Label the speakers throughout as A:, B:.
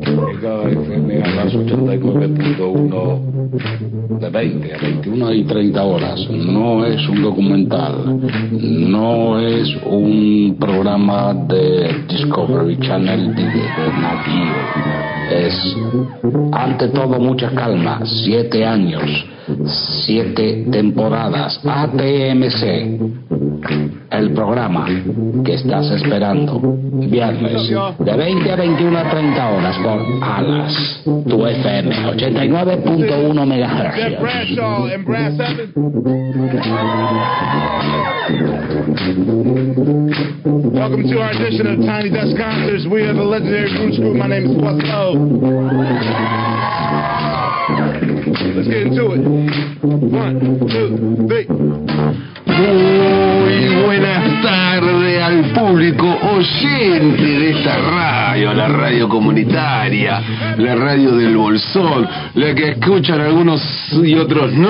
A: FM a las 89.1 de 20 a 21 y 30 horas. No es un documental, no es un programa de Discovery Channel de, de Navío. Es, ante todo, mucha calma. Siete años, siete temporadas. ATMC el programa que estás esperando. Viernes, de 20 a 21 a 30 horas por Alas, tu FM, 89.1 MHz.
B: Welcome to our edition of Tiny Desk Concerts. We are the legendary Groove Crew. My name is Questlo. Let's get into it. One, two, three.
C: Muy buenas tardes al público oyente de esta radio, la radio comunitaria, la radio del bolsón, la que escuchan algunos y otros no.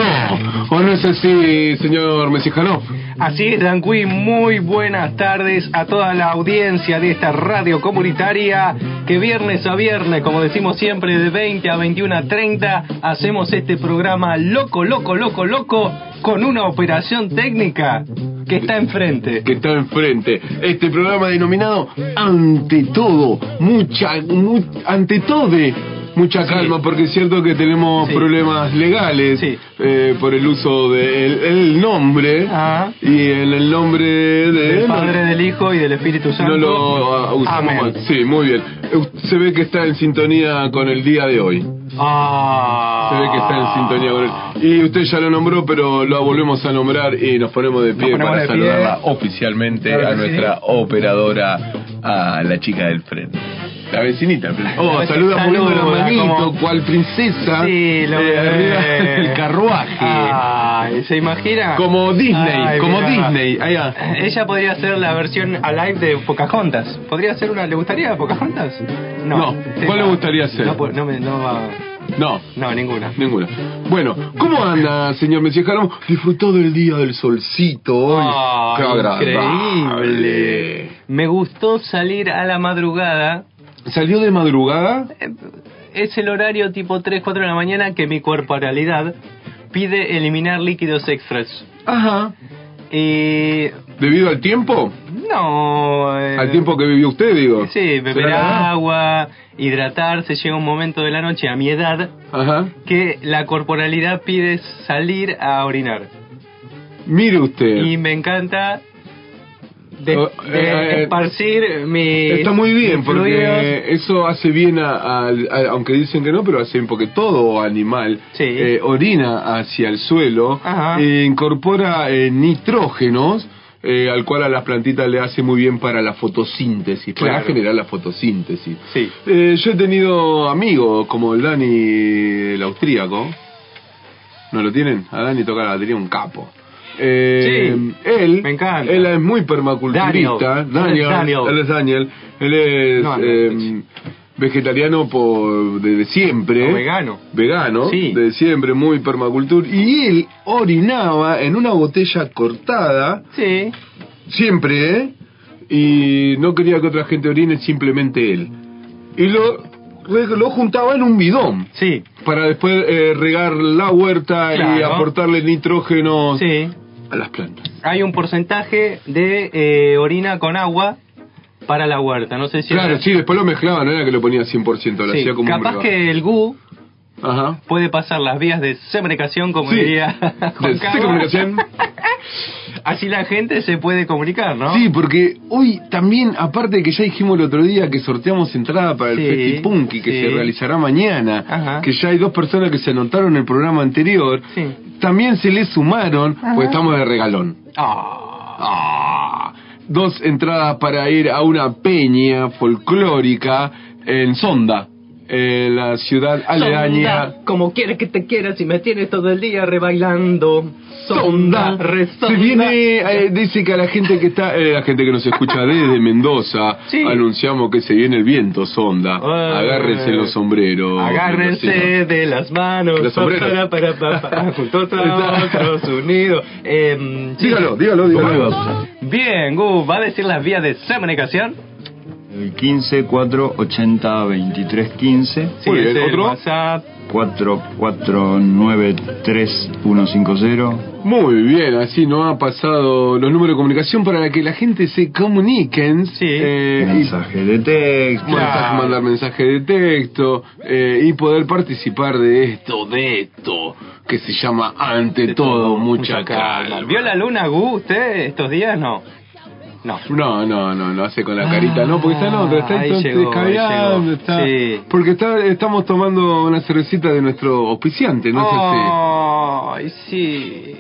C: ¿O no es así, señor Mesijanov?
D: Así es, Danqui, muy buenas tardes a toda la audiencia de esta radio comunitaria que viernes a viernes, como decimos siempre, de 20 a 21 a 30, hacemos este programa loco, loco, loco, loco, con una operación técnica que está enfrente.
C: Que está enfrente. Este programa denominado Ante todo, mucha, mu, ante todo de mucha calma, sí. porque es cierto que tenemos sí. problemas legales sí. eh, por el uso del de el nombre Ajá. y en el nombre de
D: del Ah, Padre, del Hijo y del Espíritu Santo.
C: No lo uh, usamos mal. Sí, muy bien. Se ve que está en sintonía con el día de hoy.
D: Ah.
C: Se ve que está en sintonía con él. Y usted ya lo nombró, pero lo volvemos a nombrar y nos ponemos de pie ponemos para de saludarla pie. oficialmente claro a nuestra sí. operadora, a la chica del frente. La vecinita. Oh, saluda poniendo la manito, como... cual princesa.
D: Sí, lo
C: eh, arriba del carruaje.
D: Ay, ¿se imagina?
C: Como Disney, Ah. Ay, como mira. Disney. Allá.
D: Ella podría ser la versión alive de Pocahontas. ¿Podría ser una? ¿Le gustaría Pocahontas?
C: No. no. ¿Cuál va? le gustaría ser?
D: No, no, me, no va.
C: No.
D: No, ninguna.
C: Ninguna. Bueno, ¿cómo anda, señor Messi Disfrutó del día del solcito hoy.
D: Oh,
C: ¡Qué
D: increíble! Me gustó salir a la madrugada. Eh,
C: ¿Salió de madrugada?
D: Es el horario tipo 3, 4 de la mañana que mi corporalidad pide eliminar líquidos extras.
C: Ajá.
D: Eh,
C: ¿Debido al tiempo?
D: No. Eh,
C: al tiempo que vivió usted, digo.
D: Sí, beber agua, hidratarse. Llega un momento de la noche, a mi edad,
C: Ajá.
D: que la corporalidad pide salir a orinar.
C: Mire usted.
D: Y me encanta de, de, esparcir mi.
C: Eh, Está muy bien, porque eso hace bien, a, a, a, aunque dicen que no, pero hace bien, porque todo animal
D: sí.
C: eh, orina hacia el suelo, e incorpora eh, nitrógenos. Eh, al cual a las plantitas le hace muy bien para la fotosíntesis, claro. para generar la fotosíntesis.
D: Sí.
C: Eh, yo he tenido amigos como el Dani, el austríaco. ¿No lo tienen? A Dani toca la batería un capo. Eh,
D: sí,
C: él,
D: me encanta.
C: él es muy permaculturista.
D: Daniel, Daniel, Daniel.
C: Él es Daniel. Él es no, no, eh, vegetariano por desde siempre.
D: O vegano.
C: Vegano,
D: sí.
C: desde siempre, muy permacultura. Y él orinaba en una botella cortada.
D: Sí.
C: Siempre, ¿eh? Y no quería que otra gente orine, simplemente él. Y lo lo juntaba en un bidón.
D: Sí.
C: Para después eh, regar la huerta claro. y aportarle nitrógeno
D: sí.
C: a las plantas.
D: Hay un porcentaje de eh, orina con agua para la huerta. No sé si.
C: Claro, era... sí, después lo mezclaba, no era que lo ponía 100%, lo
D: sí.
C: hacía como
D: Capaz
C: un
D: que el GU.
C: Ajá.
D: Puede pasar las vías de sembricación como sí. diría Juan
C: de comunicación.
D: Así la gente se puede comunicar, ¿no?
C: Sí, porque hoy también, aparte de que ya dijimos el otro día que sorteamos entrada para el sí, Festipunky que
D: sí.
C: se realizará mañana,
D: Ajá.
C: que ya hay dos personas que se anotaron en el programa anterior,
D: sí.
C: también se le sumaron,
D: Ajá.
C: pues estamos de regalón.
D: Ah.
C: Ah. Dos entradas para ir a una peña folclórica en Sonda. eh, la ciudad aledaña.
D: Sonda, como quieres que te quiera, si me tienes todo el día rebailando. Sonda, resonda.
C: Se viene, eh, dice que a la gente que está, eh, la gente que nos escucha desde Mendoza,
D: Sí.
C: anunciamos que se viene el viento, sonda.
D: Eh.
C: Agárrense los sombreros. mendocinos.
D: Agárrense de las manos.
C: Los sombreros.
D: Para, para, para, para, juntos
C: Está.
D: todos unidos. Eh, sí.
C: Dígalo, dígalo, dígalo.
D: Bien, Gus, ¿va a decir las vías de comunicación?
E: El 15 4 80 23 15
C: Muy bien,
D: es el
C: ¿otro?
D: WhatsApp.
E: 4 4 9 3 1 5 0
C: Muy bien, así nos ha pasado los números de comunicación para que la gente se comuniquen.
D: Sí.
C: eh, y
E: mensaje de texto
C: Mandar, mandar mensaje de texto eh, y poder participar de esto, de esto, que se llama Ante todo, mucha calma.
D: ¿Vio la luna, Gu, usted estos días? No. No.
C: No, no, no, no hace con la carita, no, porque está en otra, está
D: Ah, ahí
C: entonces
D: llegó, ahí
C: descabeando,
D: llegó.
C: está-
D: Sí.
C: Porque está, estamos tomando una cervecita de nuestro auspiciante, ¿no es así?
D: Ay, sí.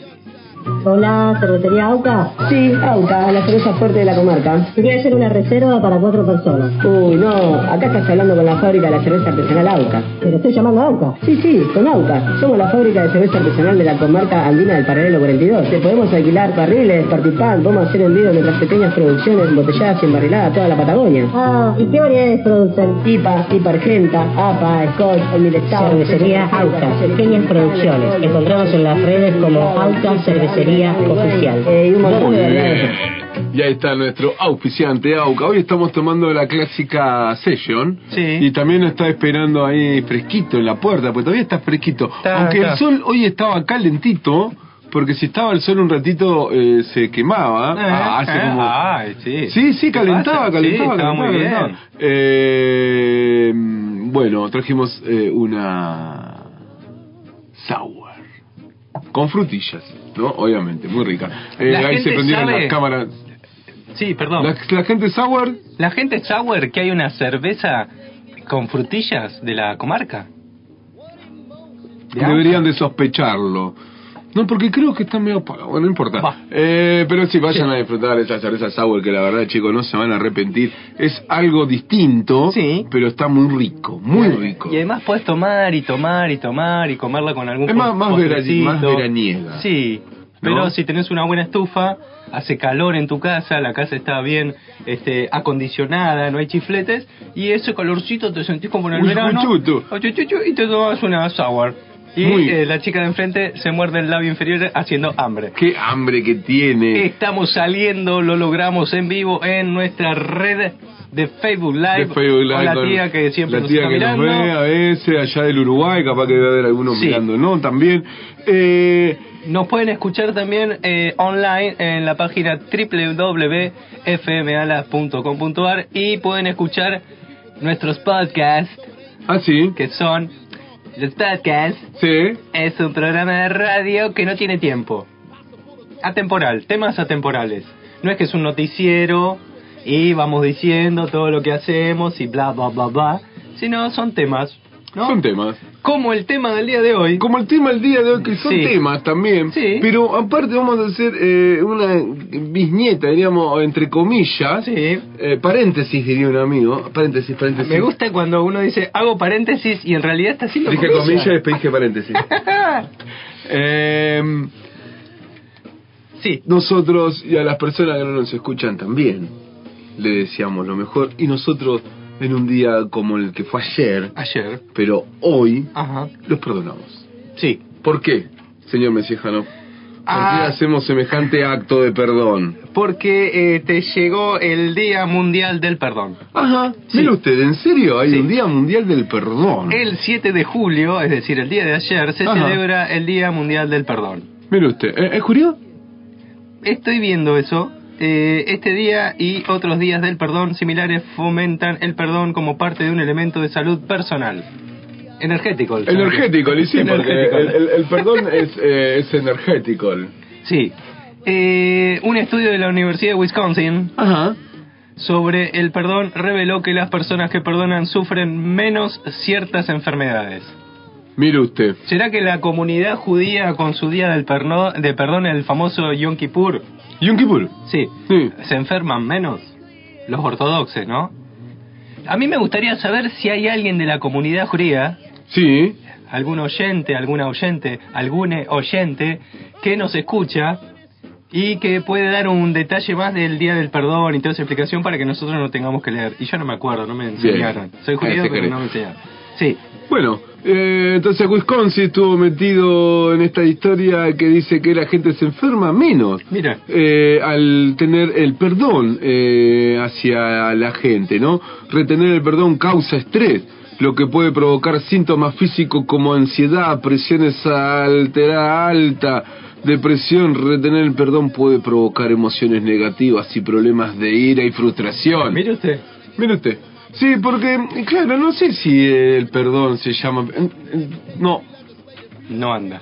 F: Hola, cervecería Auca. Sí, Auca, la cerveza fuerte de la comarca. Quería hacer una reserva para cuatro personas. Uy, no, acá estás hablando con la fábrica de la cerveza artesanal Auca. ¿Pero estoy llamando a Auca? Sí, sí, con Auca. Somos la fábrica de cerveza artesanal de la comarca andina del Paralelo 42. Te podemos alquilar carriles, participar, podemos hacer envío de nuestras pequeñas producciones embotelladas y embarriladas a toda la Patagonia. Ah, ¿y qué variedades producen? IPA, IPA Argenta, APA, Scotch, Old Cervecería Auca, pequeñas producciones. Encontramos en las redes como Auca Cervecería Oficial.
D: Oh.
C: Muy bien. Y ahí está nuestro auspiciante Auca. Hoy estamos tomando la clásica session.
D: Sí.
C: Y también nos está esperando ahí fresquito en la puerta, porque todavía está fresquito.
D: Está,
C: Aunque
D: está.
C: el sol hoy estaba calentito, porque si estaba el sol un ratito eh, se quemaba. Ah, hace
D: Eh,
C: como-
D: Ay, sí.
C: Sí, sí,
D: ¿Qué
C: calentaba,
D: pasa?
C: calentaba,
D: Sí,
C: calentaba,
D: estaba muy bien.
C: calentaba. Eh, bueno, trajimos eh, una sour con frutillas, ¿no? Obviamente, muy rica. Eh,
D: La
C: ahí
D: gente
C: se prendieron
D: sabe-
C: las cámaras.
D: Sí, perdón.
C: La, la gente sour,
D: ¿La gente sour que hay una cerveza con frutillas de la comarca?
C: deberían de sospecharlo. No, porque creo que está medio pago, bueno, no importa.
D: Va.
C: Eh, pero sí, vayan a disfrutar esa cerveza sour, que la verdad, chicos, no se van a arrepentir. Es algo distinto,
D: Sí. Eh,
C: pero está muy rico, muy rico.
D: Y además puedes tomar y tomar y tomar y comerla con algún
C: Es más- más
D: postrecito.
C: vera- más veraniega.
D: Sí, pero
C: ¿No?
D: si tenés una buena estufa, hace calor en tu casa, la casa está bien este, acondicionada, no hay chifletes, y ese calorcito te sentís como en el
C: Un
D: verano.
C: chuchuto.
D: Oh, chuchucho, Y te tomas una sour. Y
C: Muy-
D: eh, la chica de enfrente se muerde el labio inferior haciendo hambre.
C: Qué hambre que tiene.
D: Estamos saliendo, lo logramos en vivo en nuestra red de Facebook Live.
C: De Facebook Live
D: Con la
C: con
D: tía que siempre
C: la
D: nos
C: tía
D: está
C: que nos
D: mirando.
C: ve a veces allá del Uruguay, capaz que debe haber algunos
D: Sí.
C: mirando, ¿no? También. Eh,
D: Nos pueden escuchar también eh, online en la página www.fmalas.com.ar y pueden escuchar nuestros podcasts
C: ah, sí.
D: que son los podcasts
C: Sí.
D: es un programa de radio que no tiene tiempo atemporal temas atemporales no es que es un noticiero y vamos diciendo todo lo que hacemos y bla bla bla bla sino son temas ¿no?
C: Son temas.
D: como el tema del día de hoy
C: Como el tema del día de hoy, que son
D: Sí.
C: temas también.
D: Sí.
C: Pero aparte vamos a hacer eh, una bisnieta, diríamos, entre comillas.
D: Sí.
C: Eh, paréntesis, diría un amigo. Paréntesis, paréntesis.
D: Me gusta cuando uno dice hago paréntesis y en realidad está haciendo
C: Dije comillas y después dije paréntesis. eh,
D: Sí,
C: nosotros y a las personas que no nos escuchan también le deseamos lo mejor y nosotros en un día como el que fue ayer,
D: ayer.
C: pero hoy
D: Ajá.
C: los perdonamos.
D: Sí.
C: ¿Por qué, señor Messijano? ¿Por
D: Ah.
C: qué hacemos semejante acto de perdón?
D: Porque eh, te llegó el Día Mundial del Perdón.
C: Ajá,
D: Sí.
C: mire usted, ¿en serio? Hay
D: Sí. Eh.
C: un Día Mundial del Perdón.
D: El 7 de julio, es decir, el día de ayer, se
C: Ajá.
D: celebra el Día Mundial del Perdón.
C: Mire usted, ¿eh, ¿es judío?
D: Estoy viendo eso. Eh, este día y otros días del perdón similares fomentan el perdón como parte de un elemento de salud personal. Energético. el señor.
C: Energético, le hicimos.
D: Energético.
C: El, el- el perdón es, eh, es energético.
D: Sí. Eh, un estudio de la Universidad de Wisconsin
C: Ajá.
D: sobre el perdón reveló que las personas que perdonan sufren menos ciertas enfermedades.
C: Mire usted.
D: ¿Será que la comunidad judía con su día del perno- de perdón, el famoso Yom Kippur,
C: Yom Kippur.
D: sí,
C: Sí.
D: se enferman menos? Los ortodoxos, ¿no? A mí me gustaría saber si hay alguien de la comunidad judía,
C: Sí,
D: algún oyente, alguna oyente, algún oyente que nos escucha y que puede dar un detalle más del Día del Perdón y toda esa explicación para que nosotros no tengamos que leer. Y yo no me acuerdo, no me enseñaron. Soy judío,
C: Ah, te
D: pero
C: querés.
D: no me enseñaron. Sí,
C: Bueno, eh, entonces Wisconsin estuvo metido en esta historia que dice que la gente se enferma menos
D: mira.
C: eh, al tener el perdón eh, hacia la gente, ¿no? Retener el perdón causa estrés, lo que puede provocar síntomas físicos como ansiedad, presiones altera alta, depresión. Retener el perdón puede provocar emociones negativas y problemas de ira y frustración.
D: Mire usted.
C: Mire usted. Sí, porque, claro, no sé si el perdón se llama... eh, No.
D: No anda.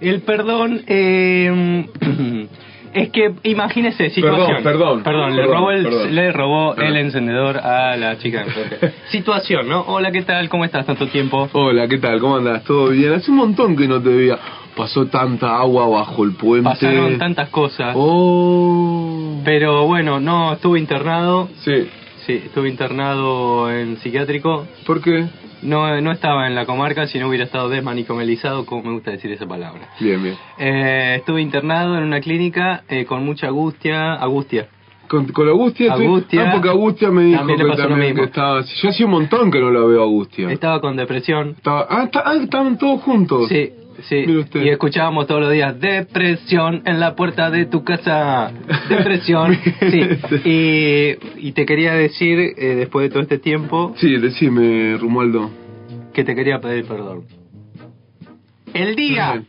D: El perdón eh, es que imagínese situación.
C: Perdón, perdón.
D: le
C: Perdón,
D: robó el,
C: perdón.
D: le robó el
C: Perdón.
D: encendedor a la chica. de enfrente. situación, ¿no? Hola, ¿qué tal? ¿Cómo estás tanto tiempo?
C: Hola, ¿qué tal? ¿Cómo andás? ¿Todo bien? Hace un montón que no te veía. Pasó tanta agua bajo el puente.
D: Pasaron tantas cosas.
C: Oh.
D: Pero bueno, no, estuve internado.
C: Sí.
D: Sí, estuve internado en psiquiátrico.
C: ¿Por qué?
D: No, no estaba en la comarca, si no hubiera estado desmanicomelizado, como me gusta decir esa palabra.
C: Bien, bien.
D: Eh, estuve internado en una clínica eh, con mucha angustia, angustia.
C: Con, con Agustia, estoy-
D: Agustia.
C: Ah, porque Agustia me dijo
D: También le
C: que
D: pasó lo
C: también
D: mismo.
C: que estaba... Yo hacía un montón que no la veo a Agustia.
D: Estaba con depresión.
C: Estaba... Ah, está- ah, estaban todos juntos.
D: Sí, sí.
C: Mire usted.
D: Y escuchábamos todos los días, depresión en la puerta de tu casa. Depresión. sí. Y, y te quería decir, eh, después de todo este tiempo,
C: Sí, decime, Rumualdo.
D: que te quería pedir perdón. El día.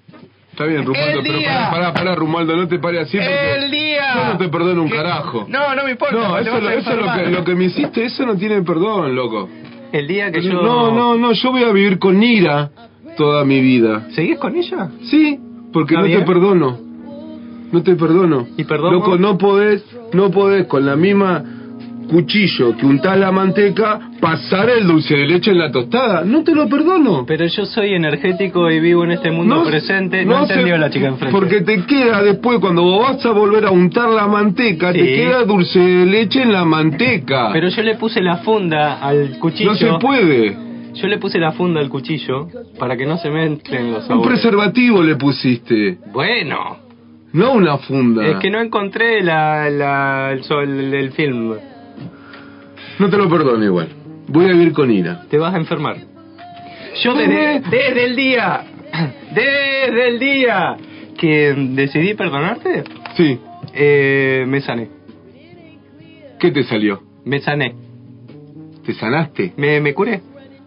C: Está bien, Rumaldo,
D: El
C: pero
D: día.
C: pará, pará, pará, Rumaldo, no te pares así. porque
D: El día.
C: Yo no te perdono un
D: Que-
C: carajo.
D: No, no me importa.
C: No,
D: te
C: eso,
D: vas
C: lo-
D: a
C: eso es lo
D: enfermar.
C: que, lo que me hiciste, eso no tiene perdón, loco.
D: El día que yo...
C: No, no, no, yo voy a vivir con ira toda mi vida.
D: ¿Seguís con ella?
C: Sí, porque
D: ¿Está
C: no
D: bien?
C: te perdono. No te perdono.
D: ¿Y perdono?
C: Loco, no podés, no podés con la misma cuchillo que untás la manteca pasar el dulce de leche en la tostada. No te lo perdono.
D: Pero yo soy energético y vivo en este mundo presente. No,
C: se-
D: entendió la chica enfrente.
C: Porque te queda después, cuando vos vas a volver a untar la manteca,
D: Sí.
C: te queda dulce de leche en la manteca.
D: Pero yo le puse la funda al cuchillo.
C: no se puede.
D: Yo le puse la funda al cuchillo para que no se mezclen los
C: Un
D: sabores.
C: preservativo le pusiste,
D: Bueno,
C: no una funda.
D: es que no encontré la, la, el, sol- el film.
C: No te lo perdono igual. Voy a vivir con ira.
D: Te vas a enfermar. Yo desde, desde el día, desde el día que decidí perdonarte,
C: Sí.
D: eh, me sané.
C: ¿Qué te salió?
D: Me sané.
C: ¿Te sanaste?
D: Me, me curé.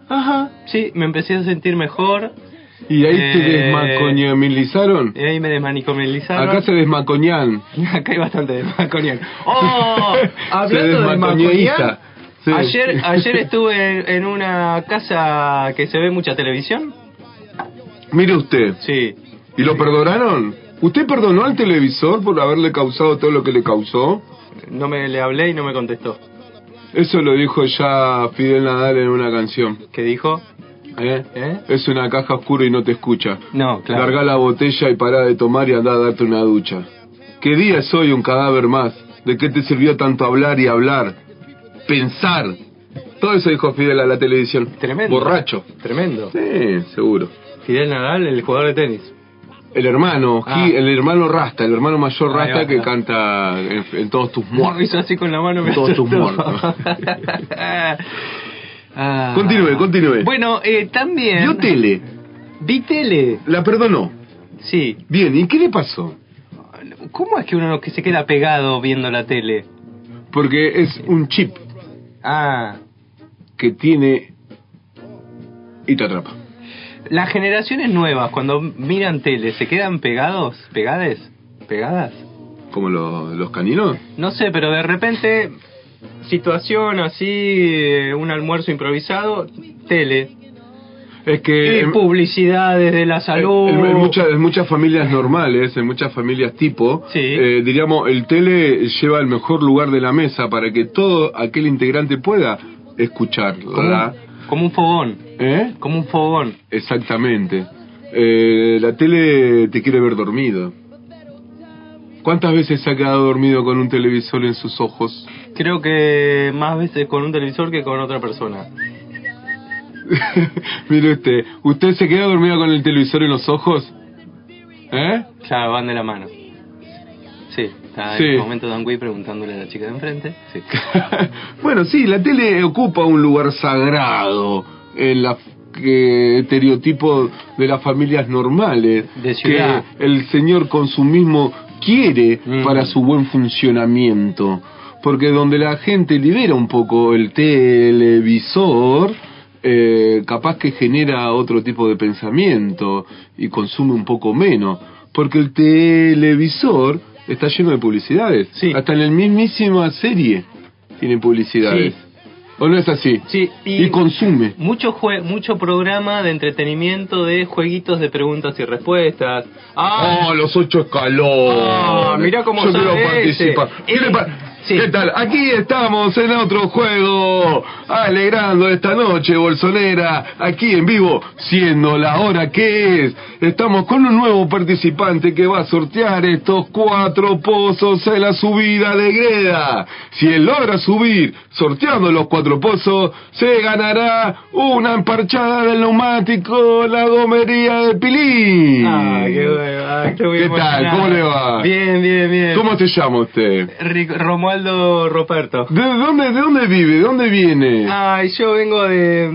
C: Ajá.
D: Sí, me empecé a sentir mejor.
C: ¿Y ahí te
D: Eh,
C: desmacoñamilizaron?
D: Y ahí me desmanicomelizaron.
C: Acá se desmacoñan.
D: Acá hay bastante de Maconian. ¡Oh!
C: Se
D: Hablando de
C: desmacoñeiza.
D: Maconian.
C: Sí.
D: Ayer, ayer estuve en, en una casa que se ve mucha televisión.
C: Mire usted.
D: Sí.
C: ¿Y lo perdonaron? ¿Usted perdonó al televisor por haberle causado todo lo que le causó?
D: No me le hablé y no me contestó.
C: Eso lo dijo ya Fidel Nadal en una canción.
D: ¿Qué dijo?
C: ¿eh?
D: ¿Eh?
C: Es una caja oscura y no te escucha.
D: No, claro.
C: Larga la botella y pará de tomar y andá a darte una ducha. ¿Qué día soy un cadáver más? ¿De qué te sirvió tanto hablar y hablar? Pensar. Todo eso dijo Fidel a la televisión.
D: Tremendo.
C: Borracho.
D: Tremendo.
C: Sí, seguro.
D: Fidel Nadal, el jugador de tenis.
C: El hermano,
D: Ah.
C: Gi- el hermano Rasta, el hermano mayor
D: Ahí va,
C: Rasta
D: ahí
C: que
D: va.
C: canta en, en todos tus muertos.
D: Hizo así con la mano. me
C: Todos tus
D: asustó.
C: muertos.
D: Ah.
C: Continúe, continúe.
D: Bueno, eh, también.
C: Vio tele,
D: Vi tele.
C: la perdonó.
D: Sí.
C: Bien, ¿y qué le pasó?
D: ¿Cómo es que uno que se queda pegado viendo la tele?
C: Porque es un chip
D: Ah,
C: que tiene y te atrapa.
D: las generaciones nuevas cuando miran tele, ¿se quedan pegados? ¿Pegades? ¿Pegadas?
C: Como los, los caninos.
D: No sé, pero de repente, situación así, eh, un almuerzo improvisado, tele.
C: Es
D: Y
C: que en-
D: publicidades de la salud.
C: en- en muchas, en muchas familias normales, en muchas familias tipo,
D: Sí.
C: eh, diríamos, el tele lleva el mejor lugar de la mesa para que todo aquel integrante pueda escuchar,
D: como,
C: ¿verdad?
D: un, como un fogón,
C: ¿Eh?
D: como un fogón.
C: Exactamente. Eh, la tele te quiere ver dormido. ¿Cuántas veces se ha quedado dormido con un televisor en sus ojos?
D: Creo que más veces con un televisor que con otra persona.
C: Mire usted, ¿usted se queda dormido con el televisor en los ojos? ¿Eh?
D: Claro, van de la mano. Sí, está
C: Sí.
D: en el momento Dan Gui preguntándole a la chica de enfrente. Sí.
C: bueno, sí, la tele ocupa un lugar sagrado en la eh, estereotipo de las familias normales
D: De ciudad.
C: que el señor consumismo quiere
D: Mm.
C: para su buen funcionamiento. Porque donde la gente libera un poco el televisor, eh, capaz que genera otro tipo de pensamiento y consume un poco menos. Porque el televisor está lleno de publicidades.
D: Sí.
C: Hasta en la mismísima serie tiene publicidades.
D: Sí.
C: ¿O no es así?
D: Sí, y-
C: y consume.
D: Mucho, jue- mucho programa de entretenimiento de jueguitos de preguntas y respuestas.
C: Ah,
D: Ah,
C: los ocho escalones.
D: Ah, mirá cómo
C: Yo
D: sabe
C: quiero
D: ese.
C: participar. Mire,
D: Eh,
C: pa-
D: sí.
C: ¿Qué tal? Aquí estamos en otro juego, alegrando esta noche bolsonera, aquí en vivo, siendo la hora que es. Estamos con un nuevo participante que va a sortear estos cuatro pozos en la subida de greda. Si él logra subir sorteando los cuatro pozos, se ganará una emparchada del neumático, la gomería de Pilín.
D: ah, qué bueno, ah, estoy
C: ¿Qué tal?
D: emocionado.
C: ¿Cómo le va?
D: Bien, bien, bien.
C: ¿Cómo se llama usted?
D: Ric- Romualdo Roberto.
C: ¿De dónde, de dónde vive? ¿De dónde viene?
D: Ay, yo vengo de,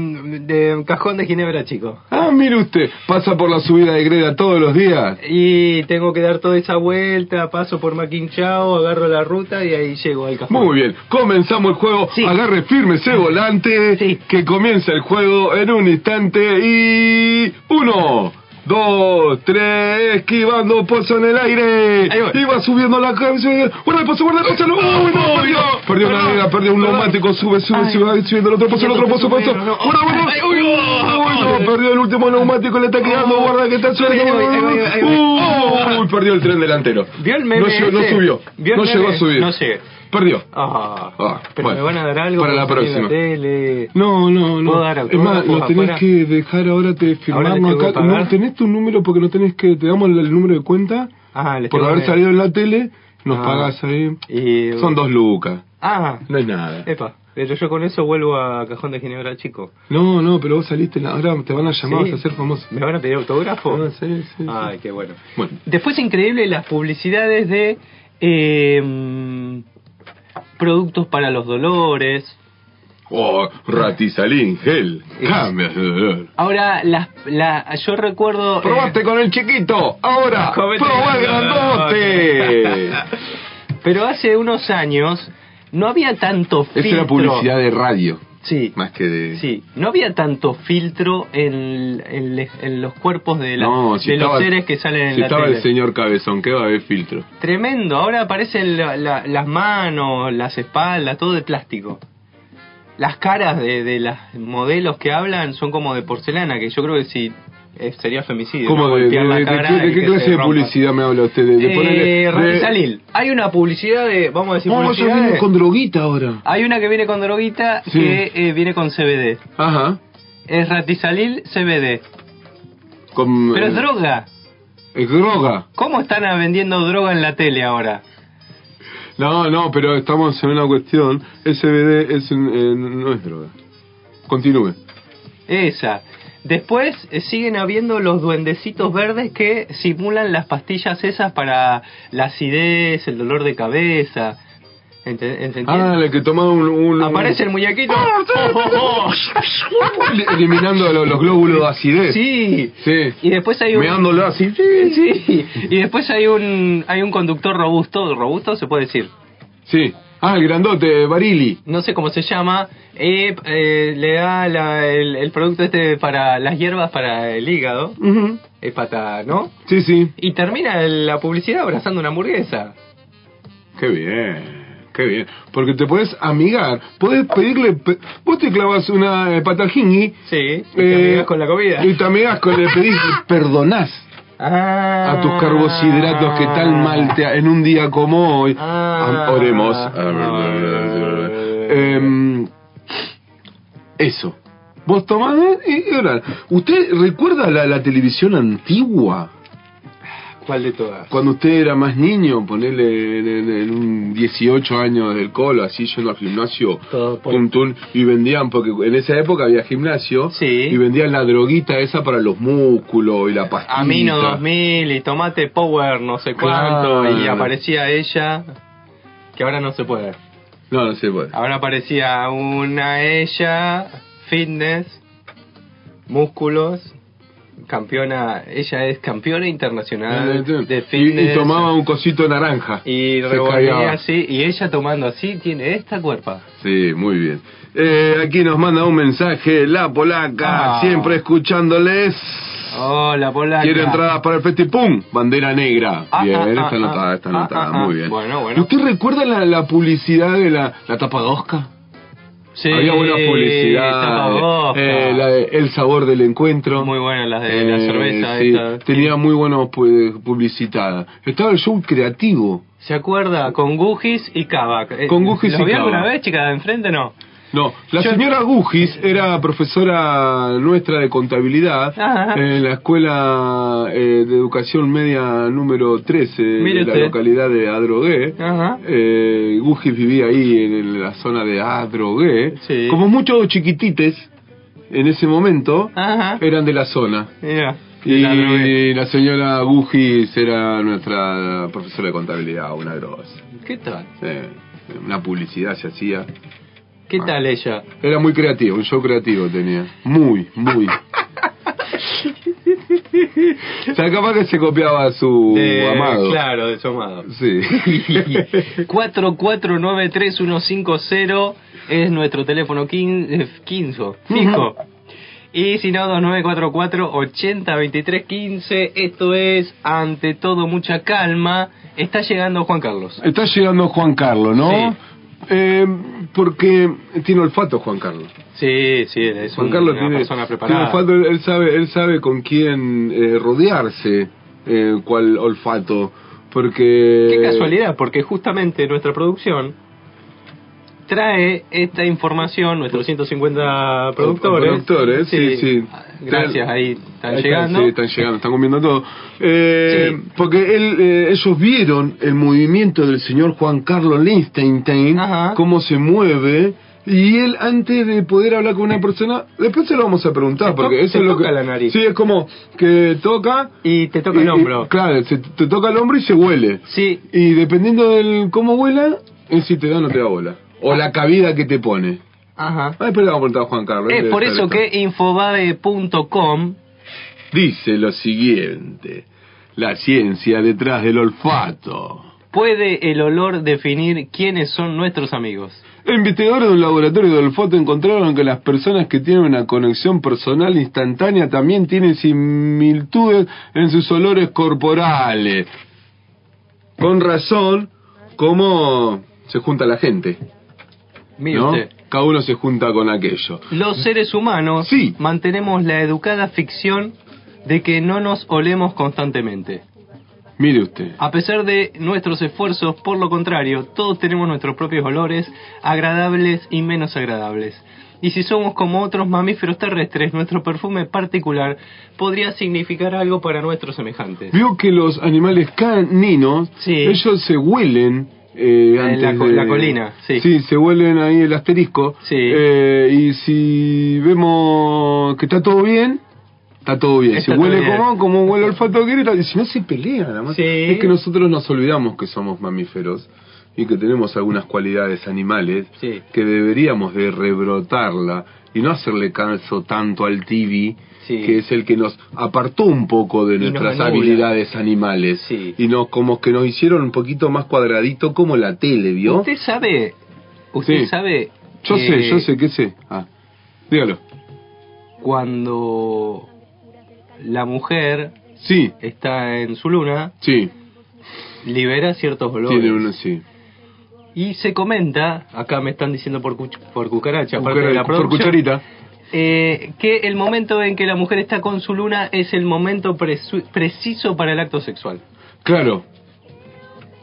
D: de Cajón de Ginebra, chico.
C: Ah, mire usted, pasa por la subida de Greda todos los días.
D: Y tengo que dar toda esa vuelta, paso por Maquinchao, agarro la ruta y ahí llego al cajón.
C: Muy bien, comenzamos el juego.
D: Sí.
C: Agarre firme ese volante
D: Sí.
C: que comienza el juego en un instante y... Uno, dos, tres, esquivando pozo en el aire.
D: Ahí voy.
C: Y va subiendo la cabeza. Guarda el pozo, guarda el pozo. No, ¡Uy, no, perdió! Perdió una
D: Perdón.
C: greda, perdió un
D: Perdón.
C: neumático. Sube, sube,
D: Ay.
C: sube, subiendo el otro pozo, el otro pozo, pozo.
D: No, no.
C: Guarda, guarda.
D: Ay,
C: ¡Uy,
D: uy,
C: no!
D: uy,
C: Uy, no, perdió el último neumático, le está quedando.
D: Oh.
C: Guarda que está suelto.
D: Ahí voy, ahí voy, ahí voy.
C: Uy, Uy, perdió el tren delantero.
D: ¿Vio el meme
C: No, llegó- no
D: ese?
C: subió.
D: ¿Vio el
C: No llegó
D: meme?
C: a subir.
D: No llegué.
C: Perdió.
D: Ah,
C: Ah,
D: pero
C: bueno.
D: me van a dar algo
C: Para la
D: porque estoy en
C: próxima.
D: tele.
C: No, no, no.
D: ¿Puedo dar
C: es más,
D: autógrafos
C: lo tenés
D: afuera?
C: que dejar ahora, te
D: Ahora le
C: firmamos
D: tengo que
C: acá.
D: pagar.
C: No, tenés tu número porque no tenés que. Te damos el, el número de cuenta.
D: Ah, les
C: Por
D: tengo
C: haber
D: que-
C: salido en la tele, nos
D: Ah.
C: pagás ahí.
D: Y...
C: Son dos lucas.
D: Ah,
C: No es nada.
D: epa. Pero yo con eso vuelvo a Cajón de Ginebra, chico.
C: No, no, pero vos saliste en la. Ahora te van a llamar,
D: Sí.
C: vas a ser famoso.
D: ¿Me van a pedir autógrafo?
C: Ah, sí, sí, sí.
D: Ay, qué bueno.
C: Bueno.
D: Después increíble las publicidades de eh, productos para los dolores.
C: Oh, ratizalín, gel.
D: Es-
C: Cambias de
D: Eh.
C: dolor.
D: Ahora las la, yo recuerdo eh,
C: Probaste con el chiquito, ahora
D: Comete
C: probá el
D: grandote.
C: grandote.
D: pero hace unos años no había tanto
C: Esa
D: filtro.
C: era publicidad de radio,
D: Sí.
C: más que de.
D: Sí, no había tanto filtro en, en- en los cuerpos de, la-
C: No, si
D: de
C: estaba-
D: los seres que salen en
C: si
D: la
C: estaba
D: tele.
C: el señor Cabezón, que va a haber filtro.
D: Tremendo, ahora aparecen la- la- las manos, las espaldas, todo de plástico. Las caras de, de las modelos que hablan son como de porcelana, que yo creo que sí eh, sería femicidio.
C: ¿Cómo
D: ¿no?
C: de,
D: Golpear
C: de-
D: la
C: de-
D: cara
C: de- de
D: y
C: qué
D: que
C: clase
D: se
C: de
D: rompa.
C: publicidad me habla usted? De, de ponerle-
D: Eh,
C: de-
D: Rafisalil, hay una publicidad de, vamos a decir,
C: Oh, ya
D: publicidad
C: viene
D: de-
C: con droguita ahora.
D: Hay una que viene con droguita
C: Sí.
D: que eh, viene con CBD.
C: Ajá.
D: Es Ratisalil CBD.
C: Con,
D: Pero
C: eh,
D: es droga.
C: es droga.
D: ¿Cómo están ah, vendiendo droga en la tele ahora?
C: No, no, pero estamos en una cuestión. SBD es, un- eh, no es droga. Continúe.
D: Esa. Después eh, siguen habiendo los duendecitos verdes que simulan las pastillas esas para la acidez, el dolor de cabeza. Ente- ¿Entiendes?
C: Ah, la Ah, que tomaba un, un-
D: Aparece el muñequito. Oh, oh,
C: Ele- Eliminando lo- los glóbulos de
D: oh.
C: acidez.
D: Sí.
C: Sí.
D: Y después hay un
C: Meándolo así.
D: Sí. Y después hay un hay un conductor robusto, robusto se puede decir.
C: Sí. Ah, el grandote, Barili.
D: No sé cómo se llama, eh, eh, le da la- el, el producto este para las hierbas para el hígado, es pata, ¿no?
C: Sí, sí.
D: Y termina la publicidad abrazando una hamburguesa.
C: Qué bien, qué bien. Porque te puedes amigar, puedes pedirle. pe- vos te clavas una eh, patajingui.
D: Sí, y
C: eh,
D: te amigas con la comida.
C: Y te amigas con le pedís, perdonás
D: Ah.
C: a tus carbohidratos que tan mal te. ha- en un día como hoy.
D: Ah.
C: Am- oremos.
D: Ah.
C: Em, eso. Vos tomás y y orás. ¿Usted recuerda la, la televisión antigua?
D: ¿Cuál de todas?
C: Cuando usted era más niño, ponerle en, en- en un 18 años del colo, así yendo al gimnasio,
D: Todo por-
C: tum, tum, y vendían, porque en esa época había gimnasio,
D: Sí.
C: y vendían la droguita esa para los músculos y la pastilla.
D: Amino 2000 y tomate power no sé cuánto
C: Claro.
D: y aparecía ella que ahora no se puede.
C: No, no sé, bueno.
D: Ahora aparecía una ella fitness músculos campeona ella es campeona internacional de
C: Eh, Y- Ah, y,
D: fitness
C: tomaba un cosito naranja.
D: y
C: Se
D: revolvía
C: cagaba.
D: así y ella tomando así tiene esta cuerpa.
C: Sí, muy bien. Eh, aquí nos manda un mensaje la polaca,
D: Ah. Oh.
C: siempre escuchándoles.
D: Hola polaca.
C: Quiere entradas para el festipum, bandera negra.
D: Ah,
C: bien,
D: ah, ah,
C: está anotada,
D: ah,
C: está
D: ah,
C: anotada,
D: ah,
C: muy
D: ah.
C: bien.
D: Bueno, bueno.
C: ¿Usted recuerda la, la publicidad de la, la tapadosca?
D: Sí,
C: Había buena publicidad.
D: tapabocas.
C: eh, la de El sabor del encuentro.
D: Muy buena la de la
C: Eh,
D: cerveza.
C: sí,
D: esta.
C: tenía muy buenos pu- eh, publicitada. Estaba el show creativo.
D: ¿Se acuerda? Con Gugis y Kavak. Eh,
C: Con Gugis
D: ¿lo
C: y
D: vi
C: Kavak.
D: alguna vez, chica? ¿De enfrente no?
C: No, la
D: Yo-
C: señora Gugis era profesora nuestra de contabilidad
D: Ajá.
C: en la Escuela eh, de Educación Media número 13
D: Mire
C: de la
D: usted.
C: localidad de Adrogué.
D: Ajá.
C: Eh, Gugis vivía ahí en, el- la zona de Adrogué.
D: Sí.
C: Como muchos chiquitites en ese momento
D: Ajá.
C: eran de la zona.
D: Mira.
C: Eh, Y
D: Ah. La drogué.
C: la señora Gugis era nuestra profesora de contabilidad, una grosa.
D: ¿Qué tal?
C: Eh, una publicidad se hacía.
D: ¿Qué
C: Ah.
D: tal ella?
C: Era muy creativo, un show creativo tenía. Muy, muy. o sea, capaz que se copiaba a su
D: De-
C: Uh, amado.
D: Claro, de su amado.
C: Sí.
D: 4493150 es nuestro teléfono 15, fijo. Y si no, 2944-802315. Esto es, ante todo, mucha calma. Está llegando Juan Carlos.
C: Está llegando Juan Carlos, ¿no?
D: Sí.
C: Eh, porque tiene olfato Juan Carlos.
D: Sí, sí, es
C: Juan
D: un-
C: Carlos
D: una
C: tiene,
D: persona
C: tiene
D: preparada.
C: olfato, él sabe, él sabe con quién eh, rodearse, eh, cuál olfato, porque...
D: Qué casualidad, porque justamente nuestra producción trae esta información, nuestros 150 productores.
C: Productores, sí, sí.
D: Gracias, ahí están
C: Ahí
D: llegando.
C: sí, están llegando, están comiendo todo. Eh,
D: Sí.
C: Porque él, eh, ellos vieron el movimiento del señor Juan Carlos Lichtenstein,
D: Ajá.
C: cómo se mueve. Y él, antes de poder hablar con una persona, después se lo vamos a preguntar,
D: Se to-
C: porque eso
D: se
C: es lo
D: toca
C: que.
D: la nariz.
C: Sí, es como que toca.
D: Y te toca
C: y-
D: el
C: y-
D: hombro.
C: claro, se te toca el hombro y se huele.
D: Sí,
C: Y dependiendo del cómo huela, es si te da o no te da bola. O la cabida que te pone.
D: ajá.
C: Ah, después le vamos a preguntar a Juan Carlos. él
D: Es
C: debe
D: Eh, por
C: saber
D: eso
C: esto.
D: que infobae.com
C: Dice lo siguiente. La ciencia detrás del olfato.
D: puede el olor definir quiénes son nuestros amigos.
C: Investigadores de un laboratorio de olfato encontraron que las personas que tienen una conexión personal instantánea también tienen similitudes en sus olores corporales. Con razón, cómo se junta la gente,
D: Mire
C: ¿no?
D: usted.
C: Cada uno se junta con aquello.
D: Los seres humanos
C: Sí.
D: mantenemos la educada ficción de que no nos olemos constantemente.
C: Mire usted.
D: A pesar de nuestros esfuerzos, por lo contrario, todos tenemos nuestros propios olores, agradables y menos agradables. Y si somos como otros mamíferos terrestres, nuestro perfume particular podría significar algo para nuestros semejantes.
C: Vio que los animales caninos,
D: Sí.
C: ellos se huelen. eh,
D: En
C: antes
D: la co-
C: de-
D: la colina, sí.
C: se huelen ahí el asterisco.
D: Sí.
C: Eh, y si vemos que está todo bien, está todo bien. se
D: Está todo
C: huele
D: bien.
C: como, como huele el olfato que quiere, y si no se pelean, además.
D: Sí.
C: Es que nosotros nos olvidamos que somos mamíferos y que tenemos algunas cualidades animales
D: Sí.
C: que deberíamos de rebrotarla y no hacerle caso tanto al TV
D: Sí.
C: que es el que nos apartó un poco de
D: Y nos
C: nuestras
D: manipula.
C: habilidades animales
D: Sí.
C: y nos como que nos hicieron un poquito más cuadradito como la tele, ¿vio?
D: Usted sabe, usted
C: Sí.
D: sabe,
C: Yo
D: que
C: sé, yo sé, qué sé. Ah, dígalo.
D: cuando la mujer
C: Sí,
D: está en su luna,
C: sí,
D: libera ciertos olores.
C: tiene uno, sí.
D: Y se comenta, acá me están diciendo por, cuch- por cucaracha, aparte de
C: Cucara-
D: la
C: por
D: producción,
C: cucharita.
D: eh, que el momento en que la mujer está con su luna es el momento presu- preciso para el acto sexual.
C: Claro.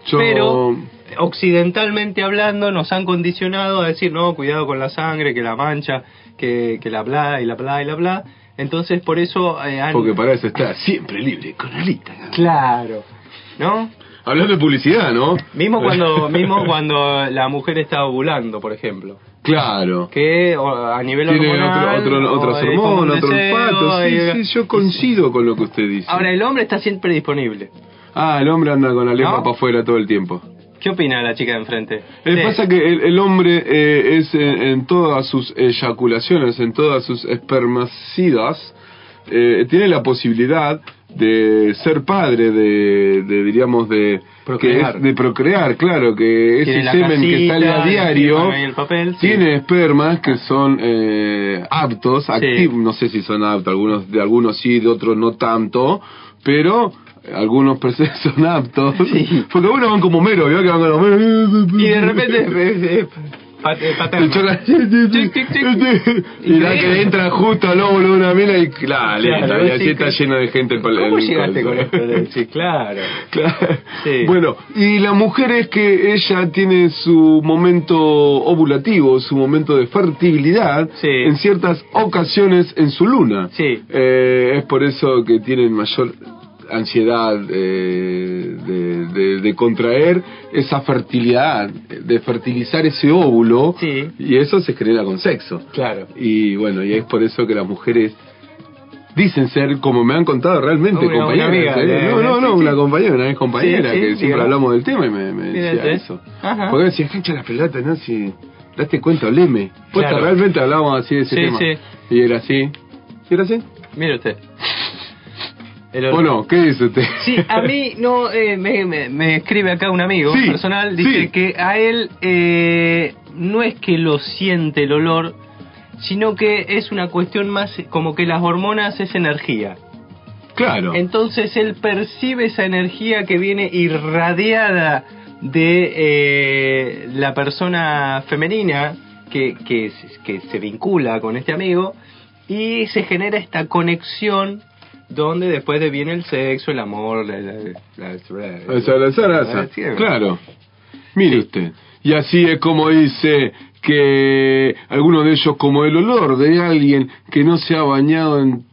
C: Yo...
D: Pero occidentalmente hablando nos han condicionado a decir, no, cuidado con la sangre, que la mancha, que, que la bla y la bla y la bla. Entonces por eso eh, han...
C: Porque para eso está siempre libre, con alita.
D: Claro. ¿no?
C: Hablando de publicidad, ¿no?
D: Mismo cuando, mismo cuando la mujer está ovulando, por ejemplo.
C: Claro.
D: Que o, a nivel
C: Tiene
D: hormonal...
C: otro, otro-
D: o
C: otras
D: es como un
C: hormonas, otro
D: deseo,
C: olfato. Sí,
D: y-
C: sí, yo coincido con lo que usted dice.
D: Ahora, el hombre está siempre disponible.
C: Ah, el hombre anda con la lengua
D: ¿No?
C: para afuera todo el tiempo.
D: ¿Qué opina la chica de enfrente?
C: Eh,
D: Sí.
C: Pasa que el, el hombre eh, es en, en todas sus eyaculaciones, en todas sus espermacidas, eh, tiene la posibilidad de ser padre, de, de, diríamos, de
D: Procrear.
C: que es- de procrear, claro, que ese
D: Tiene la
C: semen que
D: casita,
C: sale a
D: la
C: diario
D: firma y el papel, sí.
C: tiene espermas que son eh, aptos, activos, no sé si son aptos, algunos de algunos sí, de otros no tanto, pero algunos parece- son aptos,
D: Sí.
C: porque algunos van como mero, ¿vio? que van como mero.
D: Y de repente... eh, eh, pat- eh, paterno.
C: El chola-
D: Tic, tic, tic.
C: Este, Y la que entra justo al óvulo de una mina y claro, le
D: Claro,
C: entra,
D: vos
C: y así
D: decís
C: está
D: que-
C: lleno de gente. en pal-
D: ¿Cómo
C: en-
D: llegaste con esto? Sí, claro.
C: Claro.
D: Sí.
C: Bueno, y la mujer es que ella tiene su momento ovulativo, su momento de fertilidad
D: Sí.
C: en ciertas ocasiones en su luna.
D: Sí.
C: Eh, es por eso que tienen mayor ansiedad eh, de, de- de contraer esa fertilidad, de fertilizar ese óvulo
D: Sí.
C: y eso se genera con sexo.
D: Claro.
C: Y bueno, y es por eso que las mujeres dicen ser, como me han contado realmente,
D: Una- una
C: compañeras.
D: amiga,
C: ¿eh?
D: de-
C: no, no,
D: sí,
C: no,
D: sí.
C: una compañera, una ex compañera,
D: Sí, sí,
C: que
D: sí,
C: siempre
D: claro.
C: hablamos del tema y me, me decía
D: Fíjate.
C: eso.
D: Ajá.
C: Porque decía, cancha la pelota, ¿no? Si daste cuenta, oleme. Pues
D: Claro.
C: realmente hablábamos así de ese
D: Sí,
C: tema.
D: sí.
C: Y era así. ¿Y era así?
D: Mire usted. El
C: ¿O no? ¿Qué dice usted?
D: Sí, a mí no eh, me, me- me escribe acá un amigo
C: Sí,
D: personal, dice
C: sí.
D: que a él eh, no es que lo siente el olor, sino que es una cuestión más como que las hormonas es energía.
C: Claro.
D: Entonces él percibe esa energía que viene irradiada de eh, la persona femenina que, que, se- que se vincula con este amigo y se genera esta conexión donde después de viene el sexo, el amor, la, la- la- la-
C: Eh, Esa, la esa, la esa.
D: Eh, Sí, bueno.
C: Claro. Mire usted. Y así es como dice que algunos de ellos, como el olor de alguien que no se ha bañado en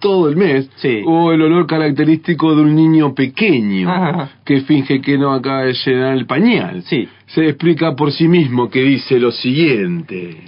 C: todo el mes,
D: Sí.
C: o el olor característico de un niño pequeño
D: Ajá.
C: que finge que no acaba de llenar el pañal.
D: Sí.
C: Se explica por sí mismo que dice lo siguiente.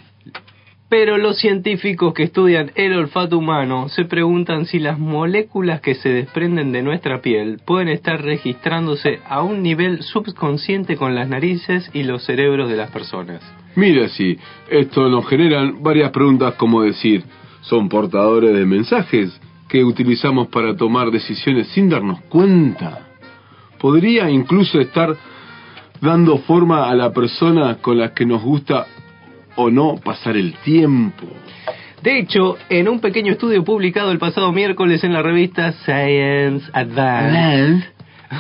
D: Pero los científicos que estudian el olfato humano se preguntan si las moléculas que se desprenden de nuestra piel pueden estar registrándose a un nivel subconsciente con las narices y los cerebros de las personas.
C: Mira, sí, esto nos generan varias preguntas como decir, ¿son portadores de mensajes que utilizamos para tomar decisiones sin darnos cuenta? ¿Podría incluso estar dando forma a la persona con la que nos gusta o no pasar el tiempo?
D: De hecho, en un pequeño estudio publicado el pasado miércoles en la revista Science Advance,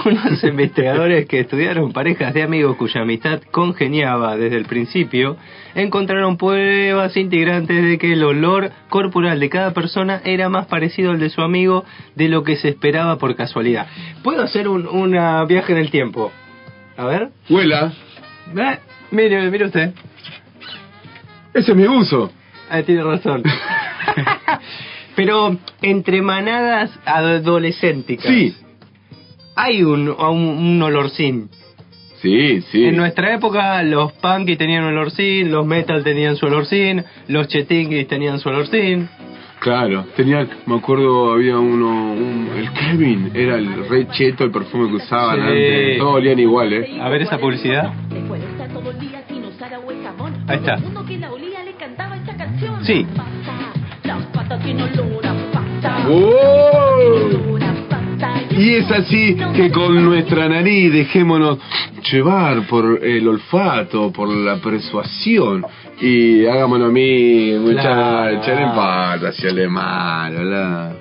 D: unos investigadores que estudiaron parejas de amigos cuya amistad congeniaba desde el principio, encontraron pruebas integrantes de que el olor corporal de cada persona era más parecido al de su amigo de lo que se esperaba por casualidad. ¿Puedo hacer un una viaje en el tiempo? A ver.
C: Huela,
D: Eh, Mire, mire usted.
C: ese es mi uso.
D: Ah, tiene razón. Pero entre manadas adolescénticas
C: Sí,
D: hay un, un, un olorcín.
C: sí, sí.
D: En nuestra época los punky tenían un olorcín, los metal tenían su olorcín, los chetinguis tenían su olorcín.
C: Claro, tenía, me acuerdo, había uno, un- el Kevin, era el re cheto el perfume que usaban
D: Sí.
C: antes. Todos olían igual, ¿eh?
D: A ver esa publicidad. Ahí
G: Ahí
D: está.
G: está.
D: Sí.
G: Sí.
C: ¡Wow! Uh. ¡Oh! Y es así que con nuestra nariz dejémonos llevar por el olfato, por la persuasión y hagámonos a mí, muchacha,
D: Claro.
C: en pata, hacerle mal, hola.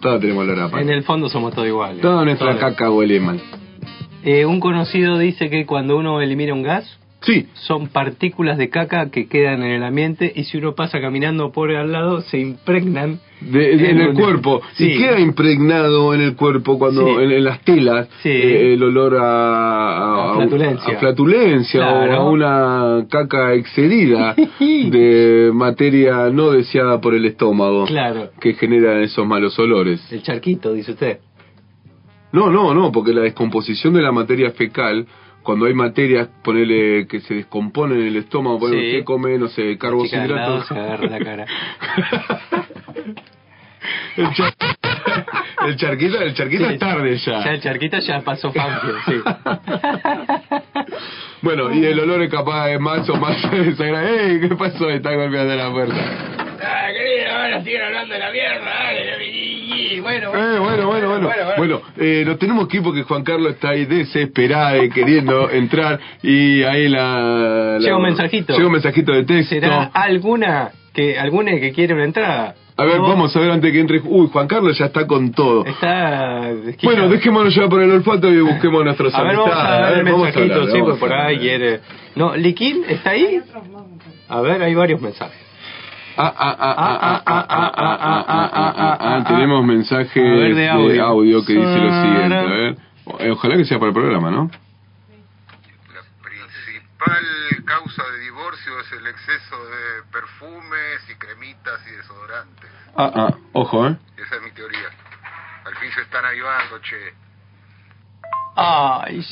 C: Todos tenemos olor a
D: En
C: pata.
D: el fondo somos todos iguales.
C: Toda nuestra
D: Todos.
C: caca huele mal.
D: Eh, un conocido dice que cuando uno elimina un gas,
C: Sí,
D: son partículas de caca que quedan en el ambiente y si uno pasa caminando por al lado se impregnan
C: de- de- en el cuerpo.
D: Sí.
C: Y queda impregnado en el cuerpo cuando
D: Sí.
C: en, en las telas
D: Sí.
C: eh, el olor a,
D: A flatulencia.
C: a flatulencia
D: Claro.
C: o a una caca excedida de materia no deseada por el estómago
D: Claro.
C: que generan esos malos olores.
D: El charquito, dice usted.
C: No, no, no, porque la descomposición de la materia fecal, cuando hay materias, ponele, que se descomponen en el estómago, ponele,
D: Sí.
C: usted come, no sé,
D: Chica al lado
C: carbohidratos.
D: se agarra la cara.
C: El, char- el charquita, el charquita
D: Sí.
C: es tarde ya.
D: Ya el charquita ya pasó Fangio, sí.
C: Bueno, y el olor es capaz de más o más desagradable. ¡Ey! ¿Qué pasó? Está golpeando la puerta. Eh, bueno, bueno, bueno. Bueno, eh, nos tenemos que ir porque Juan Carlos está ahí desesperado y queriendo entrar. Y ahí la, la-
D: Llega un mensajito.
C: Llega un mensajito de texto.
D: ¿Será alguna que alguna que quiere una entrada?
C: A ver,
D: No,
C: vamos a ver antes que entre. Uy, Juan Carlos ya está con todo.
D: Está
C: Bueno, dejémonos llevar por el olfato y busquemos nuestros
D: A ver, vamos
C: amistades.
D: a ver el
C: vamos a
D: mensajito,
C: hablar,
D: sí,
C: vamos
D: pues por
C: a hablar.
D: ahí quiere. No, Liquín, ¿está ahí? A ver, hay varios mensajes.
C: Ah, ah, ah, ah, ah, ah, ah, ah, ah, ah, ah, ah, ah,
D: ah.
C: Tenemos mensajes
D: A ver, de audio.
C: que dice lo siguiente. A
D: Sara.
C: ver. Eh, Ojalá que sea para el programa, ¿no?
G: La principal causa de divorcio es el exceso de perfumes y cremitas y desodorantes.
C: Ah, ah, ojo, ¿eh?
G: Esa es mi teoría. Al fin se están avivando, che.
D: Ay,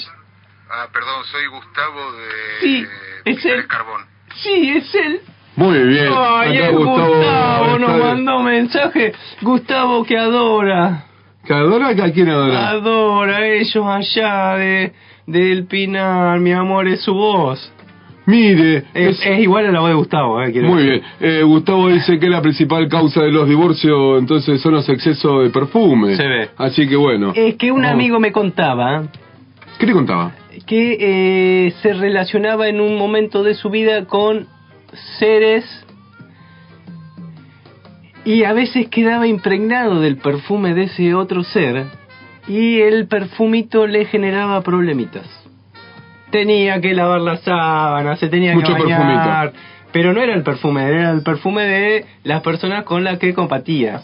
G: Ah, perdón, soy Gustavo de
D: Sí,
G: eh,
D: es
G: Pizarres
D: él.
G: Carbón.
D: sí, es él.
C: Muy bien.
D: Ay,
C: Eh, Acá
D: el Gustavo, nos
C: está-
D: mandó mensaje. Gustavo que adora,
C: ¿Que adora que a quién adora?
D: Ah. adora a ellos allá de del Pinar, mi amor, es su voz.
C: Mire,
D: Es,
C: es-
D: es igual a la voz de Gustavo, eh, quiero
C: Muy
D: decir.
C: bien. Eh, Gustavo dice que la principal causa de los divorcios entonces son los excesos de perfume.
D: Se ve. Eh.
C: Así que bueno.
D: Es que un amigo me contaba
C: ¿Qué te contaba?
D: que eh, se relacionaba en un momento de su vida con seres y a veces quedaba impregnado del perfume de ese otro ser y el perfumito le generaba problemitas. Tenía que lavar las sábanas, se tenía
C: Mucho
D: que bañar, pero no era el perfume, era el perfume de las personas con las que compatía.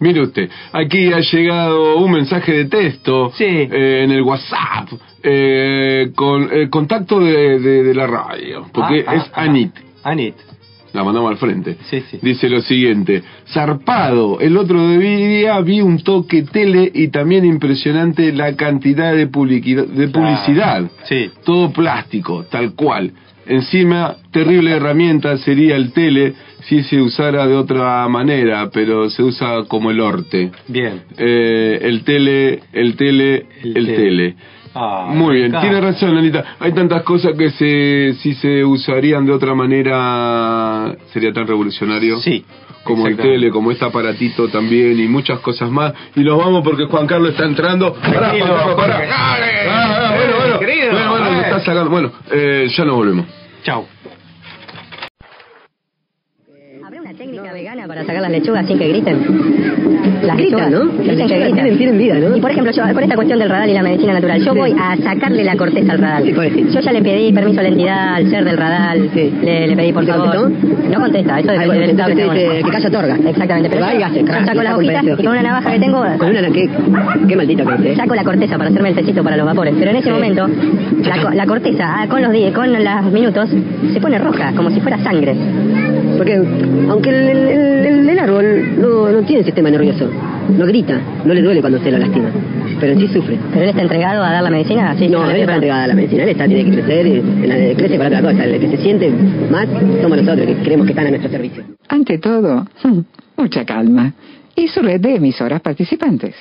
C: Mire usted, aquí ha llegado un mensaje de texto
D: Sí.
C: eh, en el WhatsApp eh, con el contacto de, de- de la radio, porque
D: Ah, ah,
C: es
D: ah.
C: Anit,
D: Anit,
C: la mandamos al frente.
D: sí, sí.
C: Dice lo siguiente, zarpado, el otro día vi un toque tele y también impresionante la cantidad de, publicidad- de publicidad,
D: Ah, Sí.
C: todo plástico, tal cual. Encima, terrible herramienta sería el tele si se usara de otra manera, pero se usa como el orte.
D: Bien.
C: Eh, el tele, el tele, el,
D: El
C: tele.
D: tele. Ah,
C: Muy bien,
D: acá.
C: tiene razón, Anita. Hay tantas cosas que se, si se usarían de otra manera sería tan revolucionario.
D: Sí.
C: Como el
D: exactamente.
C: tele, como este aparatito también y muchas cosas más. Y los vamos porque Juan Carlos está entrando. Pará, Juan
D: Tranquilo,
C: Carlos, pará.
D: Jorge.
C: Ah, ah, bueno, bueno.
D: Querido,
C: Bueno, bueno, lo
D: eh.
C: está sacando. Bueno, eh, ya nos volvemos.
D: Chau.
F: ¿Habrá una técnica vegana para sacar las lechugas sin que griten? Las gritan, ¿no? Las lechugas Tienen, vida, ¿no? Y por ejemplo, yo, por esta cuestión del radal y la medicina natural, yo voy a sacarle la corteza al radal. Yo ya le pedí permiso a la entidad, al ser del radal, le, le pedí por favor. No contesta, eso es del que calla otorga. Exactamente, pero yo, yo saco las hojitas y con una navaja que tengo... Con una, qué, maldito que Saco la corteza para hacerme el tecito para los vapores, pero en ese momento la, co- la corteza ah, con los días, con los minutos, se pone roja, como si fuera sangre. Porque aunque el, el- el- el árbol no, no tiene sistema nervioso, no grita, no le duele cuando se lo lastima, pero sí sufre. ¿Pero él está entregado a dar la medicina? no, él está entregado a la medicina, él está, tiene que crecer, eh, la- crece para otra cosa, el que se siente más somos nosotros que creemos que están a nuestro servicio.
H: Ante todo, mucha calma. Y su red de emisoras participantes.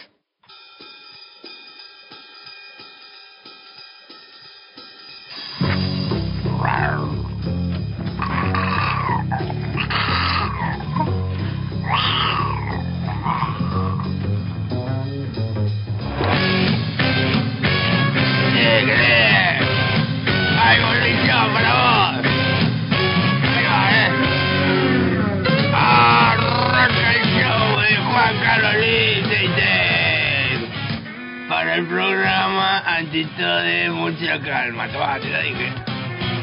I: Para el programa Antito de Mucha Calma, toma, te lo dije.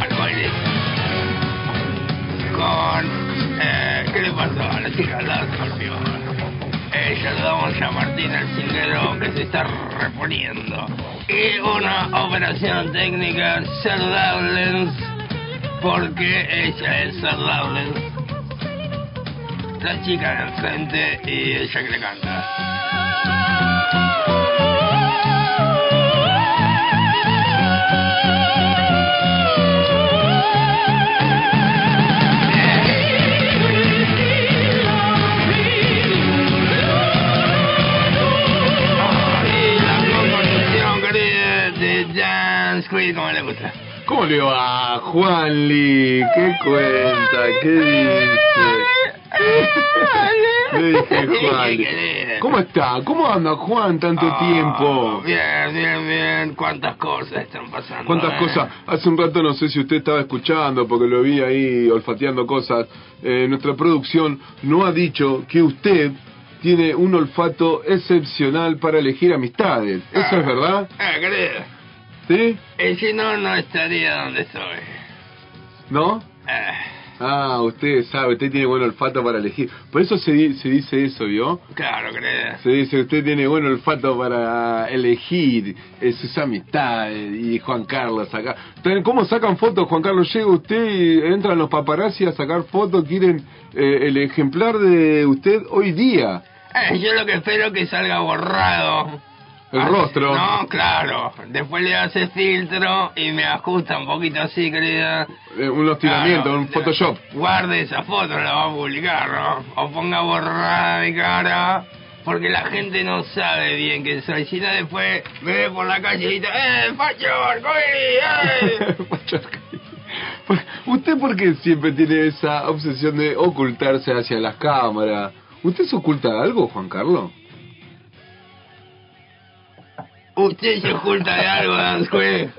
I: Al baile. Con. eh, ¿Qué le pasó a la chica al lado, por Dios? Eh, saludamos a Martín Alcinero que se está reponiendo. Y una operación técnica saludable, porque ella es saludable. La chica en el frente y ella que le canta.
D: Capitán Squid como le gusta.
C: ¿Cómo le va, Juanli? ¿Qué cuenta? ¿Qué dice? Le dije, Juanli. ¿Cómo está? ¿Cómo anda, Juan, tanto
I: Oh,
C: tiempo?
D: Ah, Bien, bien, bien. ¿Cuántas cosas están pasando?
C: ¿Cuántas
D: eh?
C: cosas? Hace un rato no sé si usted estaba escuchando porque lo vi ahí olfateando cosas. Eh, nuestra producción no ha dicho que usted tiene un olfato excepcional para elegir amistades. ¿Eso es verdad?
D: Ah, querido.
C: ¿Sí?
D: Y si no, no estaría donde estoy.
C: ¿No?
D: Ah,
C: Ah, usted sabe, usted tiene buen olfato para elegir. Por eso se, di- se dice eso, ¿vio?
D: claro, querido.
C: Se dice, usted tiene buen olfato para elegir eh, sus amistades y Juan Carlos acá. Ten- ¿Cómo sacan fotos, Juan Carlos? Llega usted y entran los paparazzi a sacar fotos, quieren eh, el ejemplar de usted hoy día,
D: Eh, yo lo que espero es que salga borrado.
C: el
D: Ah,
C: rostro.
D: No, claro. Después le hace filtro y me ajusta un poquito así, querida.
C: Eh, un hostigamiento,
D: Claro,
C: un Photoshop.
D: Guarde esa foto, la va a publicar, ¿no? O ponga borrada mi cara. Porque la gente no sabe bien que soy. Si no, después me ve por la calle y grita, ¡Eh, Facho, Arcoíris, eh!
C: ¿Usted por qué siempre tiene esa obsesión de ocultarse hacia las cámaras? ¿Usted se oculta algo, Juan Carlos?
D: Usted se oculta de algo, Dan Squid.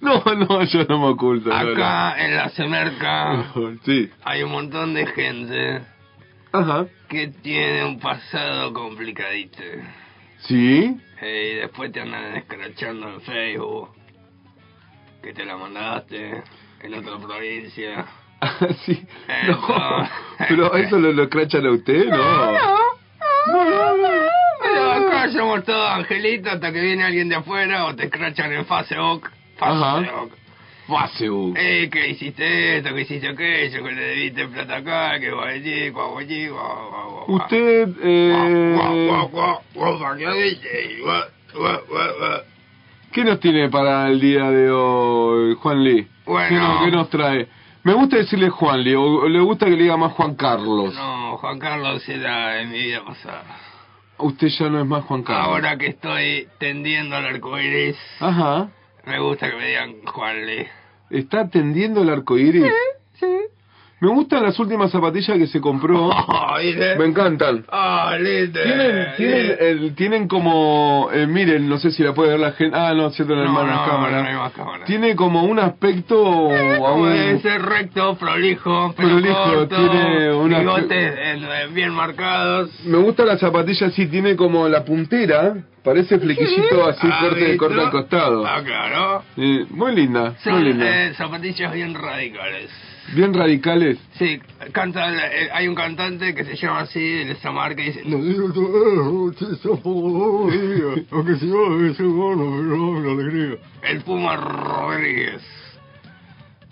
C: No, no, yo no me oculto. no, no.
D: Acá, en la Semerca,
C: Sí.
D: hay un montón de gente
C: Ajá.
D: que tiene un pasado complicadito.
C: Sí.
D: Eh, Y después te andan escrachando en Facebook. Que te la mandaste en otra provincia.
C: Ah, sí.
D: Eso.
C: No. Pero eso lo, lo crachan a usted, ¿no?
D: Pero acá somos todos angelitos hasta que viene alguien de afuera o te escrachan en Facebook.
C: Ajá.
D: Facebook.
C: Facebook.
D: Eh, que hiciste esto, que hiciste aquello, que le debiste plata acá, que guay, allí, guau, guau, allí, guau, guau, guau.
C: Usted,
D: Guau,
C: eh,
D: guau, guau, guau, guau, guau, guau, guau, guau, guau, guau.
C: ¿qué nos tiene para el día de hoy, Juan Lee? ¿Qué
D: Bueno.
C: nos, qué nos trae? Me gusta decirle Juan Lee, o, o le gusta que le diga más Juan Carlos.
D: No, Juan Carlos era en mi vida pasada.
C: Usted ya no es más Juan Carlos.
D: Ahora que estoy tendiendo al arcoíris,
C: Ajá.
D: me gusta que me digan Juan Lee.
C: ¿Está atendiendo el arco iris? Me gustan las últimas zapatillas que se compró.
D: Oh, ¿viste?
C: Me encantan.
D: Ah, lindo.
C: Tienen, tienen,
D: Lindo.
C: el- tienen como, eh, miren, no sé si la puede ver la gente. Ah, no, cierto, no hay
D: No,
C: más
D: no,
C: cámara.
D: no hay más cámara.
C: Tiene como un aspecto aún-
D: Puede ser recto, prolijo, pero
C: Prolijo,
D: corto,
C: tiene una-
D: bigotes eh, eh, bien marcados.
C: Me gusta la zapatilla así, tiene como la puntera, parece flequillito así,
D: Ah,
C: corte,
D: ¿viste?
C: corte al costado.
D: Ah, claro.
C: Eh, muy linda, muy
D: Son
C: linda.
D: eh, zapatillas bien radicales.
C: Bien radicales.
D: Sí, canta, el- eh, hay un cantante que se llama así, de esa marca, y dice... "No,
C: Aunque si
D: El Puma Rodríguez.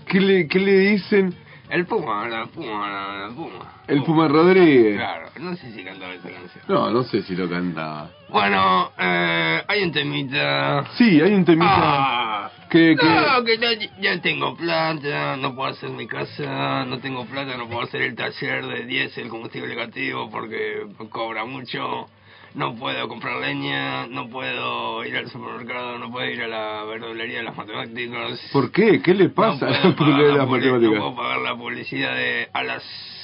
C: ¿Qué le, qué le dicen?
D: El Puma, la Puma, la, la Puma.
C: El Puma Rodríguez.
D: Claro, no sé si cantaba esa canción.
C: No, no sé si lo cantaba.
D: Bueno, eh, hay un temita...
C: Sí, hay un temita
D: Ah,
C: que... que...
D: no, que ya, ya tengo plata, no puedo hacer mi casa, no tengo plata, no puedo hacer el taller de diésel, combustible negativo, porque cobra mucho, no puedo comprar leña, no puedo ir al supermercado, no puedo ir a la verdulería de las matemáticas.
C: ¿Por qué? ¿Qué le pasa a
D: no
C: la
D: puedo, pagar
C: publicidad de las
D: la publi- no
C: matemáticas?
D: puedo pagar la publicidad de Alas.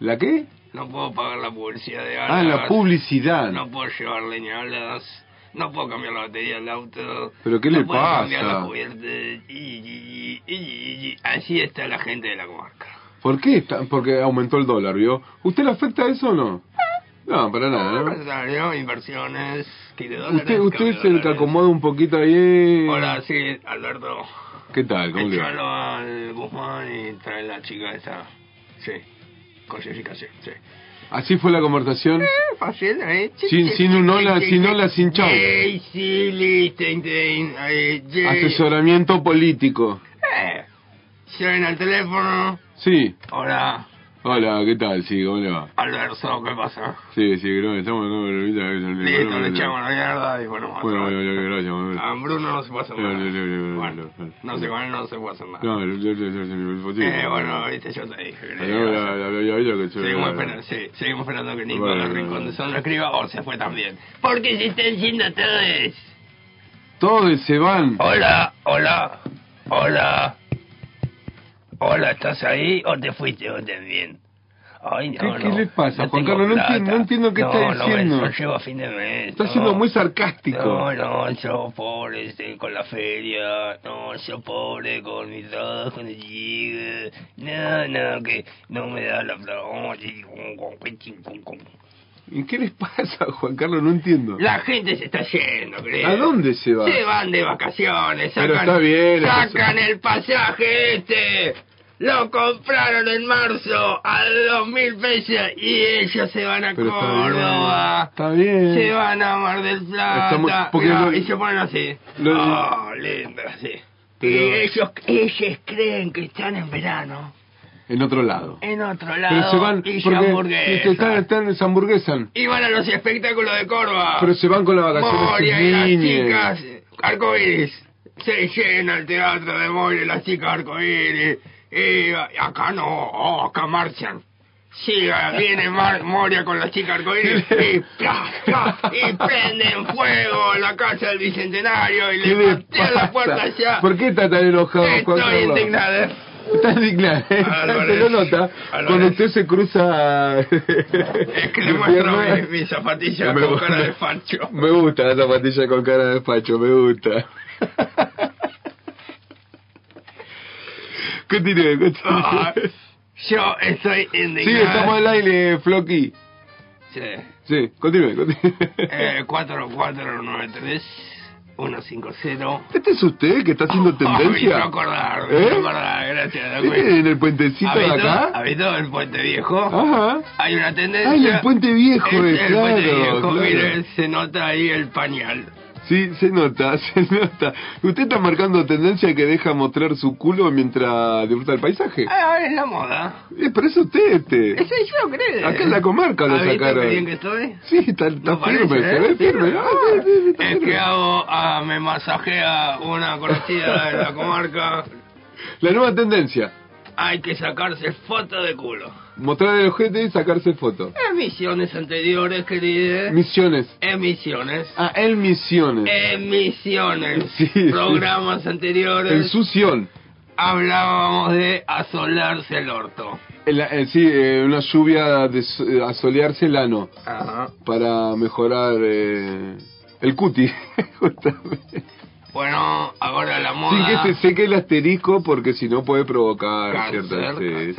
C: ¿La qué?
D: No puedo pagar la publicidad de Alas.
C: Ah, la publicidad.
D: No puedo llevar leña a Alas. No puedo cambiar la batería del auto.
C: ¿Pero qué
D: no
C: le
D: puedo cambiar
C: pasa?
D: la cubierta. Y, y- y- y- y- así está la gente de la comarca.
C: ¿Por qué? está- Porque aumentó el dólar, ¿vio? ¿Usted le afecta eso o no?
D: Ah.
C: No, para nada, ¿no?
D: Empresario, inversiones, kilo de dólares,
C: ¿Eh? Usted, usted
D: cambio
C: es
D: de
C: el que
D: dólares.
C: acomoda un poquito ahí. eh.
D: Hola, sí, Alberto.
C: ¿Qué tal? ¿Cómo le va?
D: Echalo al Guzmán y trae la chica esa. Sí. Con Jessica, sí. sí.
C: Así fue la conversación.
D: fácil, ¿eh?
C: Sin- sin un hola, sin hola, sin chau.
D: Yay, sí, Liechtenstein, eh, yay.
C: Asesoramiento político.
D: Eh, suena el teléfono.
C: Sí.
D: Hola,
C: Hola, ¿qué tal? Sí, ¿cómo le va?
D: Alberto, ¿qué pasa?
C: Sí, sí, creo que estamos... no, no, ahorita- ahorita-
D: Listo, le
C: ahorita-
D: echamos la mierda y bueno,
C: Bueno,
D: otra
C: bueno,
D: vez.
C: bueno, gracias. bueno.
D: A Bruno no se puede hacer
C: No,
D: nada.
C: no, no, no, no,
D: Bueno,
C: no, no.
D: no se con él no se puede hacer nada.
C: No, no, no, no, no, no, no,
D: Eh, bueno, viste, yo te dije. que le iba a hacer. Seguimos esperando,
C: Seguimos
D: sí, seguimos esperando que Nico
C: Bueno,
D: del
C: bueno,
D: Rincón
C: bueno.
D: de Sandra escriba o se fue también. Porque se están yendo todos.
C: Todos se van.
D: Hola, hola, hola. Hola, ¿estás ahí o te fuiste vos también? Ay, no,
C: ¿Qué,
D: no.
C: qué le pasa,
D: no
C: Juan
D: tengo
C: Carlos? No
D: plata.
C: entiendo, no entiendo qué
D: No,
C: está
D: no,
C: diciendo.
D: No, llevo a fin de mes.
C: Está
D: no.
C: siendo muy sarcástico.
D: No, no, yo pobre estoy con la feria, no, yo pobre con mi trabajo, no llega. no, no, que no me da la Oh, plata.
C: ¿Y qué les pasa, Juan Carlos? No entiendo.
D: La gente se está yendo, creo.
C: ¿A dónde se va?
D: Se van de vacaciones.
C: Pero
D: sacan-
C: está bien, está-
D: Sacan el pasaje este. Lo compraron en marzo a dos mil pesos y ellos se van a
C: Pero está bien,
D: Córdoba.
C: Está bien.
D: Se van a Mar del Plata.
C: Estamos- porque
D: Mirá,
C: lo-
D: y se ponen así.
C: lo-
D: oh, lindo, así.
C: Pero-
D: Y ellos, ellos creen que están en verano,
C: En otro lado.
D: en otro
C: Pero
D: lado,
C: Eh, se van
D: y se
C: porque
D: hamburguesan.
C: este, están, están, se hamburguesan.
D: Y van a los espectáculos de Córdoba.
C: Pero se van con las vacaciones
D: Moria y las
C: niñas.
D: chicas arcoíris. Se llena el teatro de Moria y las chicas arcoíris. Y a- acá no, oh, acá marchan. Siga, viene Mar- Moria con las chicas arcoíris y, pla, pla, y prenden fuego la casa del Bicentenario y
C: ¿Qué
D: le
C: le
D: patean la puerta
C: pasa?
D: allá.
C: ¿Por qué está tan enojado, Juan
D: Estoy
C: Carlos?
D: indignado.
C: Está indignado. ¿eh?
D: Álvarez.
C: Se lo nota.
D: Álvarez.
C: Cuando usted se cruza...
D: Es que le
C: de
D: muestro
C: pierna,
D: mi, mi zapatilla
C: Me
D: con
C: gusta.
D: cara de facho.
C: Me gusta la zapatilla con cara de despacho, me gusta. Continúe,
D: Ah,
C: continúe.
D: Yo estoy indignado.
C: Sí, estamos al aire, Floki.
D: Sí.
C: Sí, continúe, continúe.
D: Eh, 4493 150
C: ¿Este es usted que está haciendo
D: Ay, no
C: tendencia?
D: acordar,
C: ¿Eh?
D: no acordar, gracias.
C: ¿Este en el puentecito de acá?
D: ¿Habitó el puente viejo?
C: Ajá.
D: Hay una tendencia.
C: Ah, en el puente viejo,
D: Es el
C: claro,
D: puente viejo,
C: claro.
D: mire, se nota ahí el pañal.
C: Sí, se nota, se nota. Usted está marcando tendencia que deja mostrar su culo mientras disfruta el paisaje.
D: Ah, es la moda.
C: Eh, pero es usted este.
D: Eso yo creo.
C: Acá en la comarca lo
D: ¿Habito
C: sacaron.
D: qué bien que estoy?
C: Sí, está, está
D: No parece,
C: firme, se
D: ¿eh?
C: ve firme. Ah, sí, sí, sí, está
D: Es
C: firme.
D: que hago, ah, me masajea una conocida de la comarca.
C: La nueva tendencia.
D: Hay que sacarse foto de culo.
C: Mostrar el ojete y sacarse foto.
D: Emisiones anteriores, querido.
C: Misiones.
D: Emisiones.
C: Ah, el Misiones.
D: Eh, Emisiones.
C: Sí, sí.
D: Programas
C: El
D: anteriores.
C: Sución.
D: Hablábamos de asolarse el orto.
C: El- eh, sí, eh, una lluvia de so- eh, asolearse el ano
D: Ajá.
C: para mejorar eh, el cuti. Justamente.
D: Bueno, ahora la
C: Sí,
D: moda.
C: que se seque el asterisco porque si no puede provocar
D: Cáncer,
C: ciertas... sí,
D: cáncer,
C: sí, sí.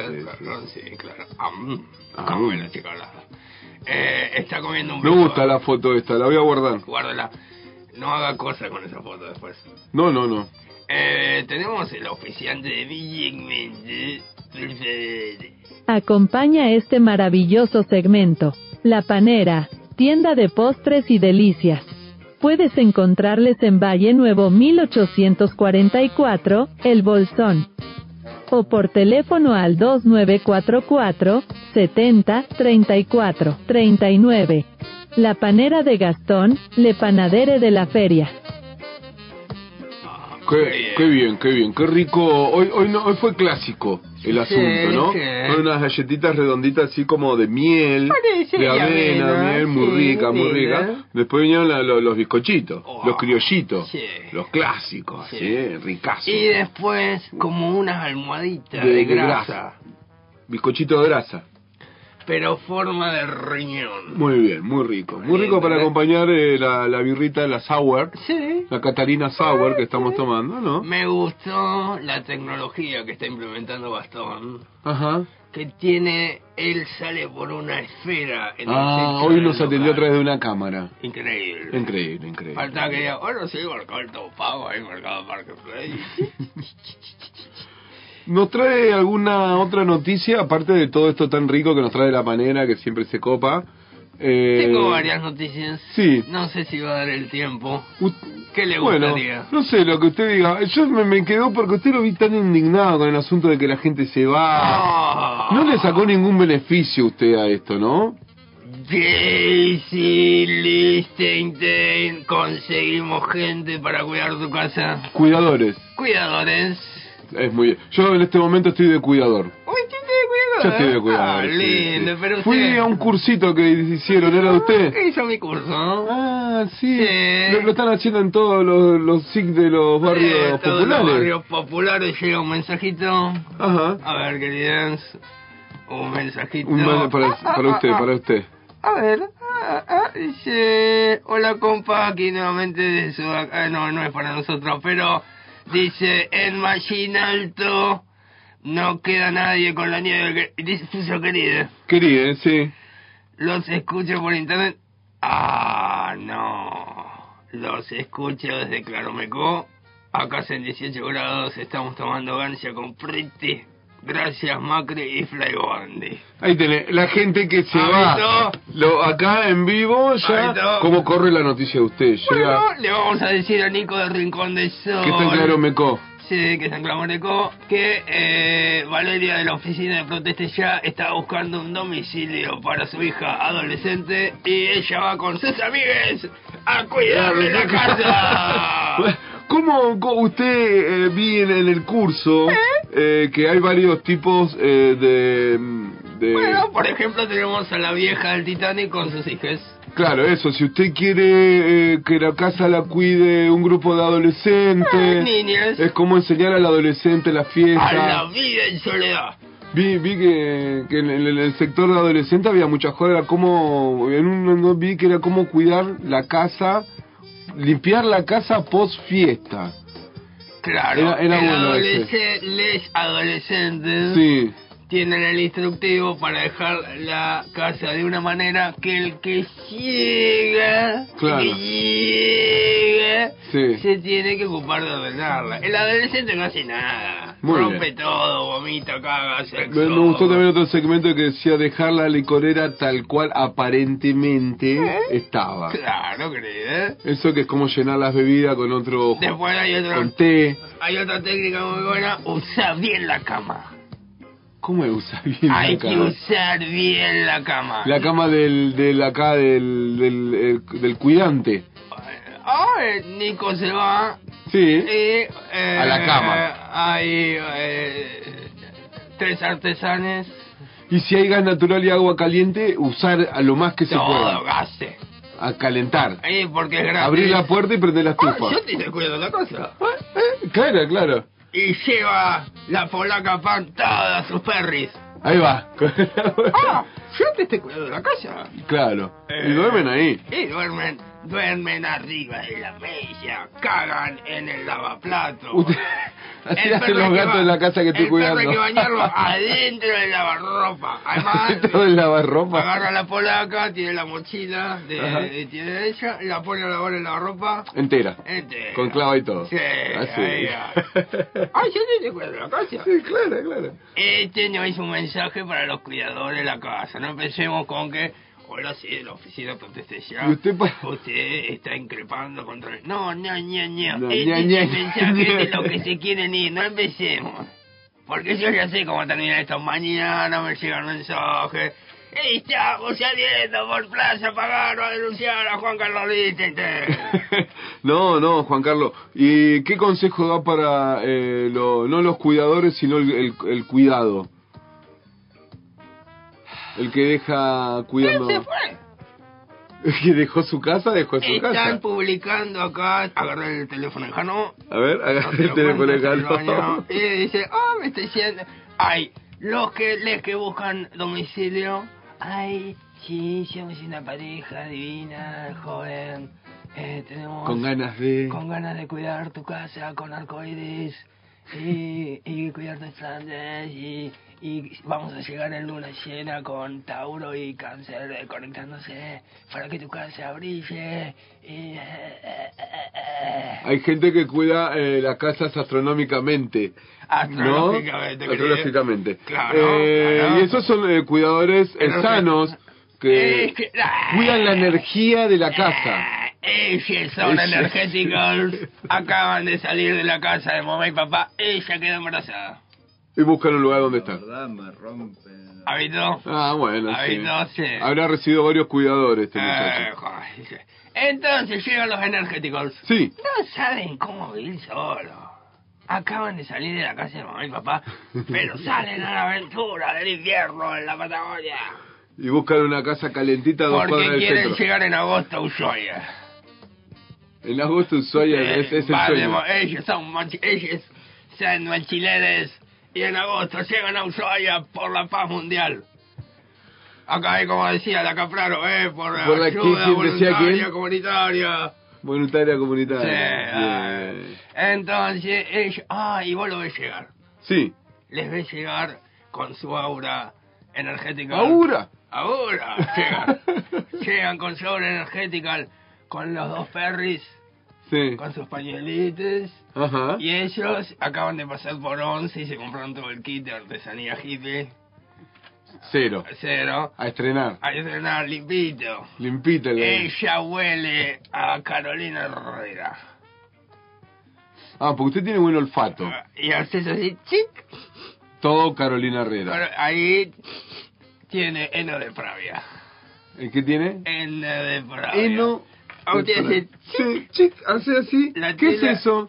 D: cáncer, sí, claro. Ah, Am,
C: Am.
D: como la chica habla. Eh, está comiendo un
C: Me
D: beso.
C: gusta la foto esta, la voy a guardar.
D: Guárdala. No haga cosas con esa foto después.
C: No, no, no.
D: Eh, tenemos el oficiante de Villegmente. Dulce-
F: Acompaña este maravilloso segmento. La Panera, tienda de postres y delicias. Puedes encontrarles en Valle Nuevo 1844, El Bolsón. O por teléfono al 2944 70 34 39. La Panera de Gastón, Le Panadere de la Feria.
C: Qué, qué bien, qué bien, qué rico. Hoy, hoy, no, hoy fue clásico el asunto, ¿no?
D: sí.
C: Son unas galletitas redonditas así como de miel,
D: Parece
C: de
D: de
C: avena,
D: avena,
C: miel, muy
D: sí,
C: rica, muy
D: linda.
C: rica. Después vinieron la- lo- los bizcochitos,
D: Oh,
C: los criollitos,
D: sí.
C: los clásicos,
D: Sí.
C: así, ¿eh? ricazos.
D: Y después, como unas almohaditas
C: De-
D: de,
C: de
D: grasa,
C: grasa. Bizcochito de grasa.
D: pero forma de riñón.
C: Muy bien, muy rico. Muy
D: Bien,
C: rico para
D: ¿verdad?
C: acompañar eh, la, la birrita, la sour,
D: Sí.
C: la Catarina sour que estamos tomando, ¿no?
D: Me gustó la tecnología que está implementando Bastón,
C: Ajá.
D: que tiene, él sale por una esfera. En el
C: Ah,
D: centro
C: hoy
D: del
C: nos atendió a
D: local.
C: través de una cámara.
D: Increíble.
C: Increíble, increíble.
D: Falta que diga, bueno, sí, marcó el todo pago ahí, mercado Marketplace.
C: Eh, ¿Nos trae alguna otra noticia, aparte de todo esto tan rico que nos trae la manera, que siempre se copa? Eh,
D: Tengo varias noticias.
C: Sí.
D: No sé si va a dar el tiempo.
C: ut-
D: ¿Qué le
C: Bueno,
D: gustaría?
C: no sé lo que usted diga. Yo me, me quedo porque usted lo vi tan indignado con el asunto de que la gente se va.
D: Ah.
C: No le sacó ningún beneficio usted a esto, ¿no?
D: Daisy Lichtenstein, conseguimos gente para cuidar tu casa.
C: Cuidadores.
D: Cuidadores.
C: Es muy Yo en este momento estoy de cuidador.
D: Uy, chiste de
C: Yo te voy a cuidar.
D: Ah,
C: sí,
D: lindo,
C: sí.
D: pero usted-
C: Fui a un cursito que hicieron, ¿era de usted?
D: Hizo mi curso.
C: Ah, sí. Lo, lo están haciendo en todos los, los SIC de los barrios
D: todos los
C: populares.
D: barrios populares llega un mensajito.
C: Ajá.
D: A ver, queridas. Un mensajito.
C: Un mal para, para usted, para usted.
D: A ver. ah, ah, dice. Hola, compa. Aquí nuevamente de Sudac- ah, No, no es para nosotros, pero. Dice. En Machín Alto. No queda nadie con la nieve. Que... Dice, puso querida.
C: Quería, ¿eh? sí.
D: Los escucho por internet. Ah, no. Los escucho desde Claromecó. Acá hacen 18 grados. Estamos tomando gancia con Pretty. Gracias, Macri y Flybondi.
C: Ahí tenés, la gente que se
D: Avisó.
C: va. Lo, acá en vivo ya,
D: Avisó.
C: cómo corre la noticia de usted. Llega,
D: Bueno, le vamos a decir a Nico del Rincón de Sol.
C: que está en Claromecó.
D: Sí, que está en Claromecó. Que eh, Valeria de la oficina de protesta ya está buscando un domicilio para su hija adolescente. Y ella va con sus amigues a cuidarle la casa.
C: ¿Cómo co- usted eh, vi en, en el curso eh, que hay varios tipos eh, de, de-
D: Bueno, por ejemplo, tenemos a la vieja del Titanic con sus hijas.
C: Claro, eso, si usted quiere eh, que la casa la cuide un grupo de adolescentes,
D: niñas.
C: es como enseñar al adolescente la fiesta.
D: A la vida en soledad.
C: Vi, vi que, que en, el- en el sector de adolescente había mucha joda, era como, en un, no, vi que era como cuidar la casa, limpiar la casa post fiesta.
D: Claro,
C: Era- era
D: el
C: bueno ese.
D: adolesce- les adolescentes
C: Sí.
D: tienen el instructivo para dejar la casa de una manera que el que llega,
C: Claro.
D: el que llega,
C: Sí.
D: se tiene que ocupar de ordenarla. El adolescente no hace nada,
C: Muy
D: rompe
C: bien.
D: todo, vomita, caga, sexo.
C: Me, me gustó también otro segmento que decía dejar la licorera tal cual aparentemente
D: ¿Eh?
C: estaba.
D: Claro, querida.
C: Eso que es como llenar las bebidas con otro
D: Después hay otro-
C: con té.
D: Hay otra técnica muy buena, usa bien la cama.
C: ¿Cómo es usar bien la
D: hay que
C: cama?
D: usar bien la cama.
C: La cama del, del acá del, del, el- del cuidante.
D: Ay, Nico se va
C: Sí.
D: y... eh,
C: A la cama.
D: Hay eh, tres artesanes,
C: Y si hay gas natural y agua caliente, usar a lo más que se pueda.
D: todo gaste.
C: A calentar.
D: Eh, porque es gratis.
C: Abrir la puerta y prender la
D: Ah,
C: estufa. Ah, eh,
D: yo te hice cuidado la cosa.
C: Claro, claro.
D: Y lleva la polaca pan todas sus perris.
C: Ahí va.
D: Ah, yo te estoy cuidando la casa.
C: claro. Y
D: Eh,
C: duermen ahí.
D: Y duermen, duermen arriba de la mesa, cagan en el lavaplato.
C: Usted- Así
D: El
C: hacen
D: perro
C: los
D: que
C: gatos
D: ba-
C: de la casa que estoy
D: el perro
C: cuidando.
D: hay que bañarlo adentro del lavarropa. Además,
C: Todo el lavarropa.
D: agarra la polaca, tiene la mochila de,
C: Ajá.
D: de- tiene ella, la pone a lavar el lavarropa.
C: Entera.
D: Entera.
C: Con clava y todo.
D: Sí,
C: Así.
D: ahí va. Ay, yo no te cuento la casa.
C: Sí, claro, claro.
D: Este no es un mensaje para los cuidadores de la casa. No empecemos con que, hola, sí, la oficina proteste ya.
C: ¿Y usted pa-
D: Usted está increpando contra el... No, no, no, no.
C: No,
D: este
C: ña,
D: es
C: ña,
D: un mensaje
C: ña.
D: de los que se quieren ir. No empecemos. Porque yo ya sé cómo terminar esto. Mañana me llegan mensajes. Estamos saliendo por Plaza Pagano a denunciar a Juan Carlos Lichtenstein.
C: no, no, Juan Carlos. ¿Y qué consejo da para eh, lo- no los cuidadores, sino el, el- el cuidado? El que deja
D: Él
C: cuidando.
D: se fue.
C: El que dejó su casa, dejó su
D: Están
C: casa.
D: publicando acá. Agarré el teléfono lejano.
C: A ver, agarré el teléfono de Carlos.
D: Y dice, ah, me estoy diciendo, ay, los que les que buscan domicilio, ay, sí, somos una pareja divina, joven, eh, tenemos
C: Con ganas de.
D: con ganas de cuidar tu casa con arcoiris y, y cuidar tus plantas y, y vamos a llegar en luna llena con Tauro y Cáncer eh, conectándose para que tu casa brille y... eh, eh, eh, eh.
C: Hay gente que cuida eh, las casas astronómicamente.
D: Ah,
C: ¿No?
D: Astrológicamente, querido.
C: Astronómicamente.
D: Claro,
C: Eh,
D: claro.
C: Y esos son eh, cuidadores eh,
D: Pero que-
C: sanos que
D: Es que- ah.
C: cuidan la energía de la casa.
D: Ah, Ellos son
C: Ellos.
D: energéticos. Acaban de salir de la casa de mamá y papá. Ella quedó embarazada.
C: Y buscan un lugar donde estar.
D: ¿Habito?
C: Ah, bueno.
D: Ay,
C: sí.
D: no sé.
C: Habrá recibido varios cuidadores este
D: Eh,
C: muchacho.
D: joder. Entonces llegan los energéticos.
C: Sí,
D: No saben cómo vivir solo. acaban de salir de la casa de mamá y papá, pero salen a la aventura del invierno en la Patagonia.
C: Y buscan una casa calentita a dos cuadras
D: Porque
C: del
D: quieren
C: centro.
D: llegar en agosto a Ushuaia.
C: En agosto Ushuaia
D: Eh,
C: es, es el
D: vale,
C: sueño.
D: mo- ellos son mochi- ellos son mochileres y en agosto llegan a Ushuaia por la paz mundial. Acá es como decía la Capraro, eh, por,
C: Por la- ¿quién- quién
D: ayuda
C: decía
D: voluntaria
C: quién? Ah,
D: comunitaria.
C: Voluntaria
D: Sí,
C: comunitaria.
D: ah, entonces ellos, ah, y vos lo ves llegar.
C: Sí.
D: Les ves llegar con su aura energética.
C: Ahora.
D: Ahora llegan. llegan con su aura energética, con los dos ferries,
C: Sí.
D: con sus pañuelitos.
C: Ajá.
D: Y ellos acaban de pasar por once y se compraron todo el kit de artesanía hippie,
C: Cero.
D: cero.
C: A estrenar.
D: Hay que cenar limpito.
C: Limpita el
D: Ella huele a Carolina Herrera.
C: Ah, porque usted tiene buen olfato.
D: Y haces así, chic,
C: Todo Carolina Herrera.
D: Pero ahí tiene heno de pravia.
C: ¿El qué tiene?
D: Heno de pravia.
C: Heno.
D: A usted
C: de
D: hace
C: Sí, chic, hace así.
D: La
C: ¿Qué es
D: tela-
C: eso?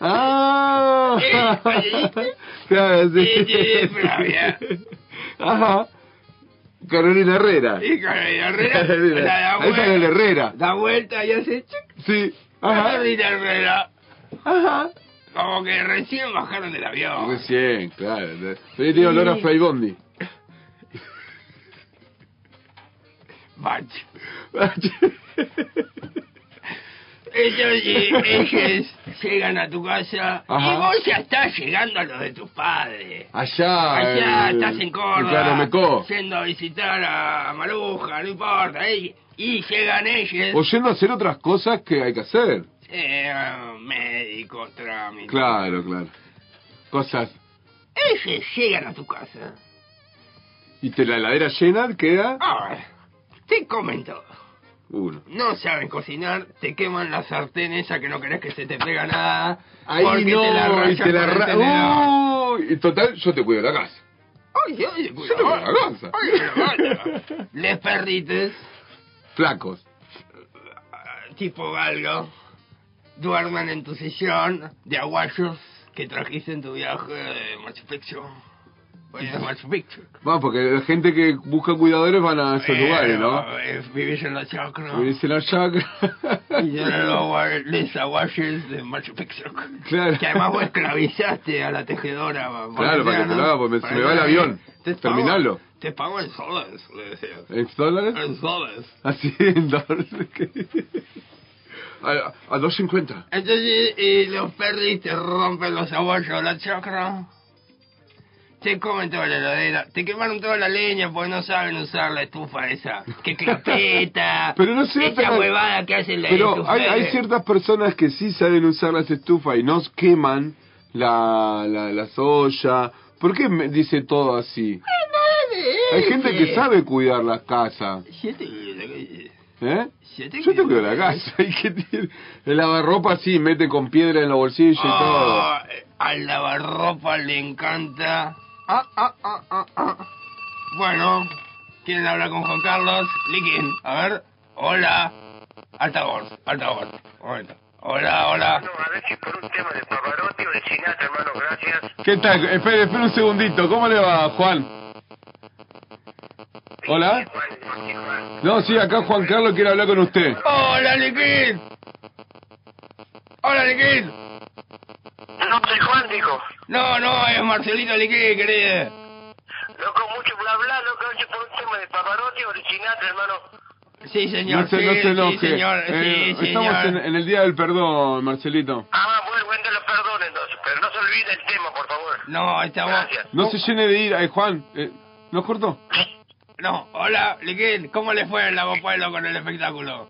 C: ¡Ah!
D: Eh,
C: Claro, sí.
D: eh, eh, Flavia.
C: Ajá. Carolina Herrera.
D: y Carolina
C: Carolina.
D: Eh, Herrera. la da
C: Ahí está
D: vuelta-
C: el Herrera.
D: Da vuelta y hace chic.
C: Sí. Ajá.
D: Carolina Herrera.
C: Ajá.
D: Como que recién bajaron del avión.
C: Recién, claro. Pero tiene olor a Freibondi.
D: Bach. Ellos, y- ellos e- llegan a tu casa y
C: Ajá.
D: vos ya estás llegando a los de tus padres.
C: Allá.
D: Allá
C: eh,
D: estás en Córdoba.
C: Claro, me co.
D: Yendo a visitar a Maruja, no importa. Y, y llegan ellos.
C: Oyendo hacer otras cosas que hay que hacer.
D: Eh, médico, trámite.
C: Claro, claro. Cosas.
D: Ellos llegan a tu casa.
C: Y te la heladera llena, queda
D: Ahora, te comento.
C: uno.
D: No saben cocinar, te queman la sartén esa que no querés que se te pega nada.
C: Ahí
D: porque
C: no,
D: te la
C: y
D: rayan
C: te la
D: por el
C: ra-
D: tenedor.
C: Uy, y total, yo te cuido la casa.
D: Ay, ay,
C: Yo te cuido la casa.
D: ay, ay. Les perrites,
C: Flacos.
D: tipo galgo, duerman en tu sillón de aguayos que trajiste en tu viaje de Machu Picchu. Voy a Machu Picchu.
C: Vamos, porque la gente que busca cuidadores van a esos
D: Eh,
C: lugares, ¿no?
D: eh, vivís en la chacra.
C: Me dicen allá.
D: Y yo no lo guar- les aguayes de Machu Picchu.
C: Claro.
D: Que además vos esclavizaste a la tejedora. va-
C: Claro, para que
D: valenciana,
C: te lo haga, porque me-
D: para
C: se me va el
D: que-
C: avión.
D: Te pago-
C: Terminalo.
D: Te pago en soles, le decía.
C: ¿En dólares?
D: En soles.
C: Así, en dólares. A, a 2.50.
D: Entonces, y los perris te rompen los aguayos, la chacra. Te comen toda la heladera. Te quemaron toda la leña porque no saben usar la estufa esa. Que clapeta.
C: Pero no sé,
D: Esa
C: pero-
D: huevada que hacen la
C: Pero
D: estufa.
C: hay, hay
D: eh.
C: ciertas personas que sí saben usar las estufas y nos queman la, la, la soya. ¿Por qué me dice todo así? Hay gente que sabe cuidar las casas.
D: Yo te digo la que-
C: ¿Eh?
D: yo
C: Yo te cuido la casa. Hay que tiene el lavarropa sí, mete con piedra en los bolsillos y todo.
D: Ah, al lavarropa le encanta. Ah, ah, ah, ah, ah. Bueno, ¿quieren hablar con Juan Carlos? Liquin, a ver. Hola. Alta voz, alta voz. Un momento. Hola, hola.
G: a ver si por un tema de Pavarotti o de Sinatra, hermano, gracias.
C: ¿Qué tal? Espera, espera un segundito. ¿Cómo le va, Juan? Hola. No, sí, acá Juan Carlos quiere hablar con usted.
D: Hola, Liquin. Hola, Liquin.
G: No, soy Juan, digo.
D: No, no, es Marcelito Liquin, querido.
G: Loco, mucho bla bla, loco, a ver si por un tema de Pavarotti o de Sinatra, hermano.
D: Sí, señor.
C: No se,
D: sí,
C: no se enoje.
D: Sí, señor.
C: Eh,
D: sí,
C: estamos
D: señor.
C: en, en el día del perdón, Marcelito.
G: Ah, bueno, bueno, te lo perdono entonces, pero no se olvide el tema, por favor.
D: No, estamos...
G: Gracias.
C: No se llene de ira, eh, Juan. Eh, ¿Nos cortó?
D: No, hola, Liquín, ¿cómo le fue en la Pueblo con el espectáculo?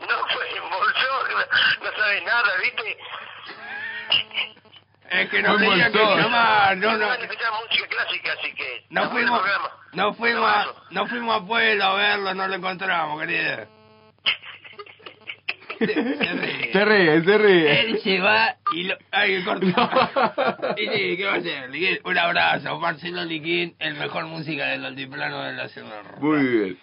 G: No, pues, bolsón, no sabe nada, ¿viste?
D: Es que no
C: Fue
D: tenía que
C: molestado.
D: llamar, no, no.
G: Van a escuchar música clásica, así que...
D: No
G: estamos en el
D: fuimos,
G: programa.
D: no fuimos,
G: No,
D: a, no fuimos a Pueblo a verlo, no lo encontramos, querido.
C: Te ríes, te ríes.
D: Él se va y lo... Ay, corta.
C: No.
D: Y sí, ¿qué va a hacer, Liquín? Un abrazo, Marcelo Liquín, el mejor música del altiplano de la ciudad.
C: Muy bien.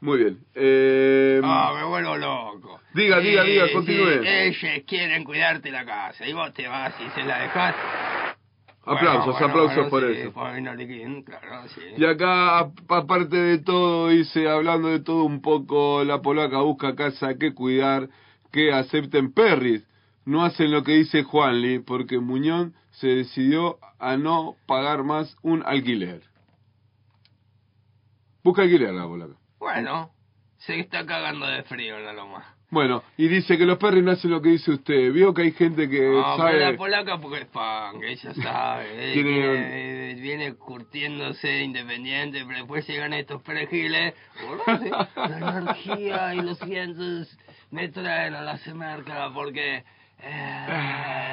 C: Muy bien. Eh,
D: Ah, me vuelvo loco. Eh,
C: Diga, diga, diga,
D: sí,
C: continúe.
D: ellos quieren cuidarte la casa y vos te vas y se la dejás. Ah,
C: Aplausos, aplausos por
D: sí,
C: eso.
D: por ahí no le quieren, claro, sí.
C: Y acá, a- aparte de todo, dice, hablando de todo un poco, la polaca busca casa que cuidar, que acepten perris. No hacen lo que dice Juanli, porque Muñón se decidió a no pagar más un alquiler. Busca alquiler la polaca.
D: Bueno, se está cagando de frío en la loma.
C: Bueno, y dice que los perris no hacen lo que dice usted. Vio que hay gente que
D: Ah, pero
C: sabe...
D: la polaca porque es fan, ella sabe. eh,
C: Tiene-
D: viene, eh, viene curtiéndose independiente, pero después llegan estos perejiles. eh, La energía y los vientos me traen a la semerca porque...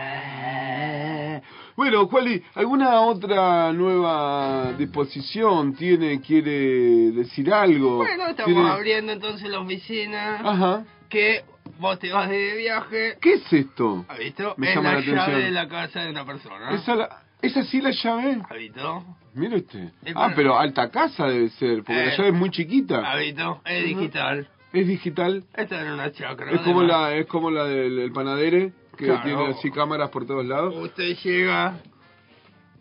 D: eh,
C: Bueno, Juanli, ¿alguna otra nueva disposición tiene? ¿Quiere decir algo?
D: Bueno, estamos
C: ¿Tiene- Ah.
D: abriendo entonces la oficina.
C: Ajá.
D: Que vos te vas de viaje.
C: ¿Qué es esto?
D: ¿Ha visto?
C: Me
D: es
C: llama
D: la,
C: la atención.
D: llave de la casa de una persona.
C: ¿Esa, la- ¿Esa sí la llave?
D: ¿Ha visto?
C: Mire usted.
D: Eh,
C: Ah,
D: pero-
C: pero alta casa debe ser, porque la
D: Eh.
C: llave es muy chiquita.
D: ¿Ha visto? Es
C: Ujú.
D: digital.
C: Es digital.
D: Esta era una chacra.
C: Es como
D: además.
C: la es como la del el panadere, que
D: Claro.
C: tiene así cámaras por todos lados.
D: Usted llega.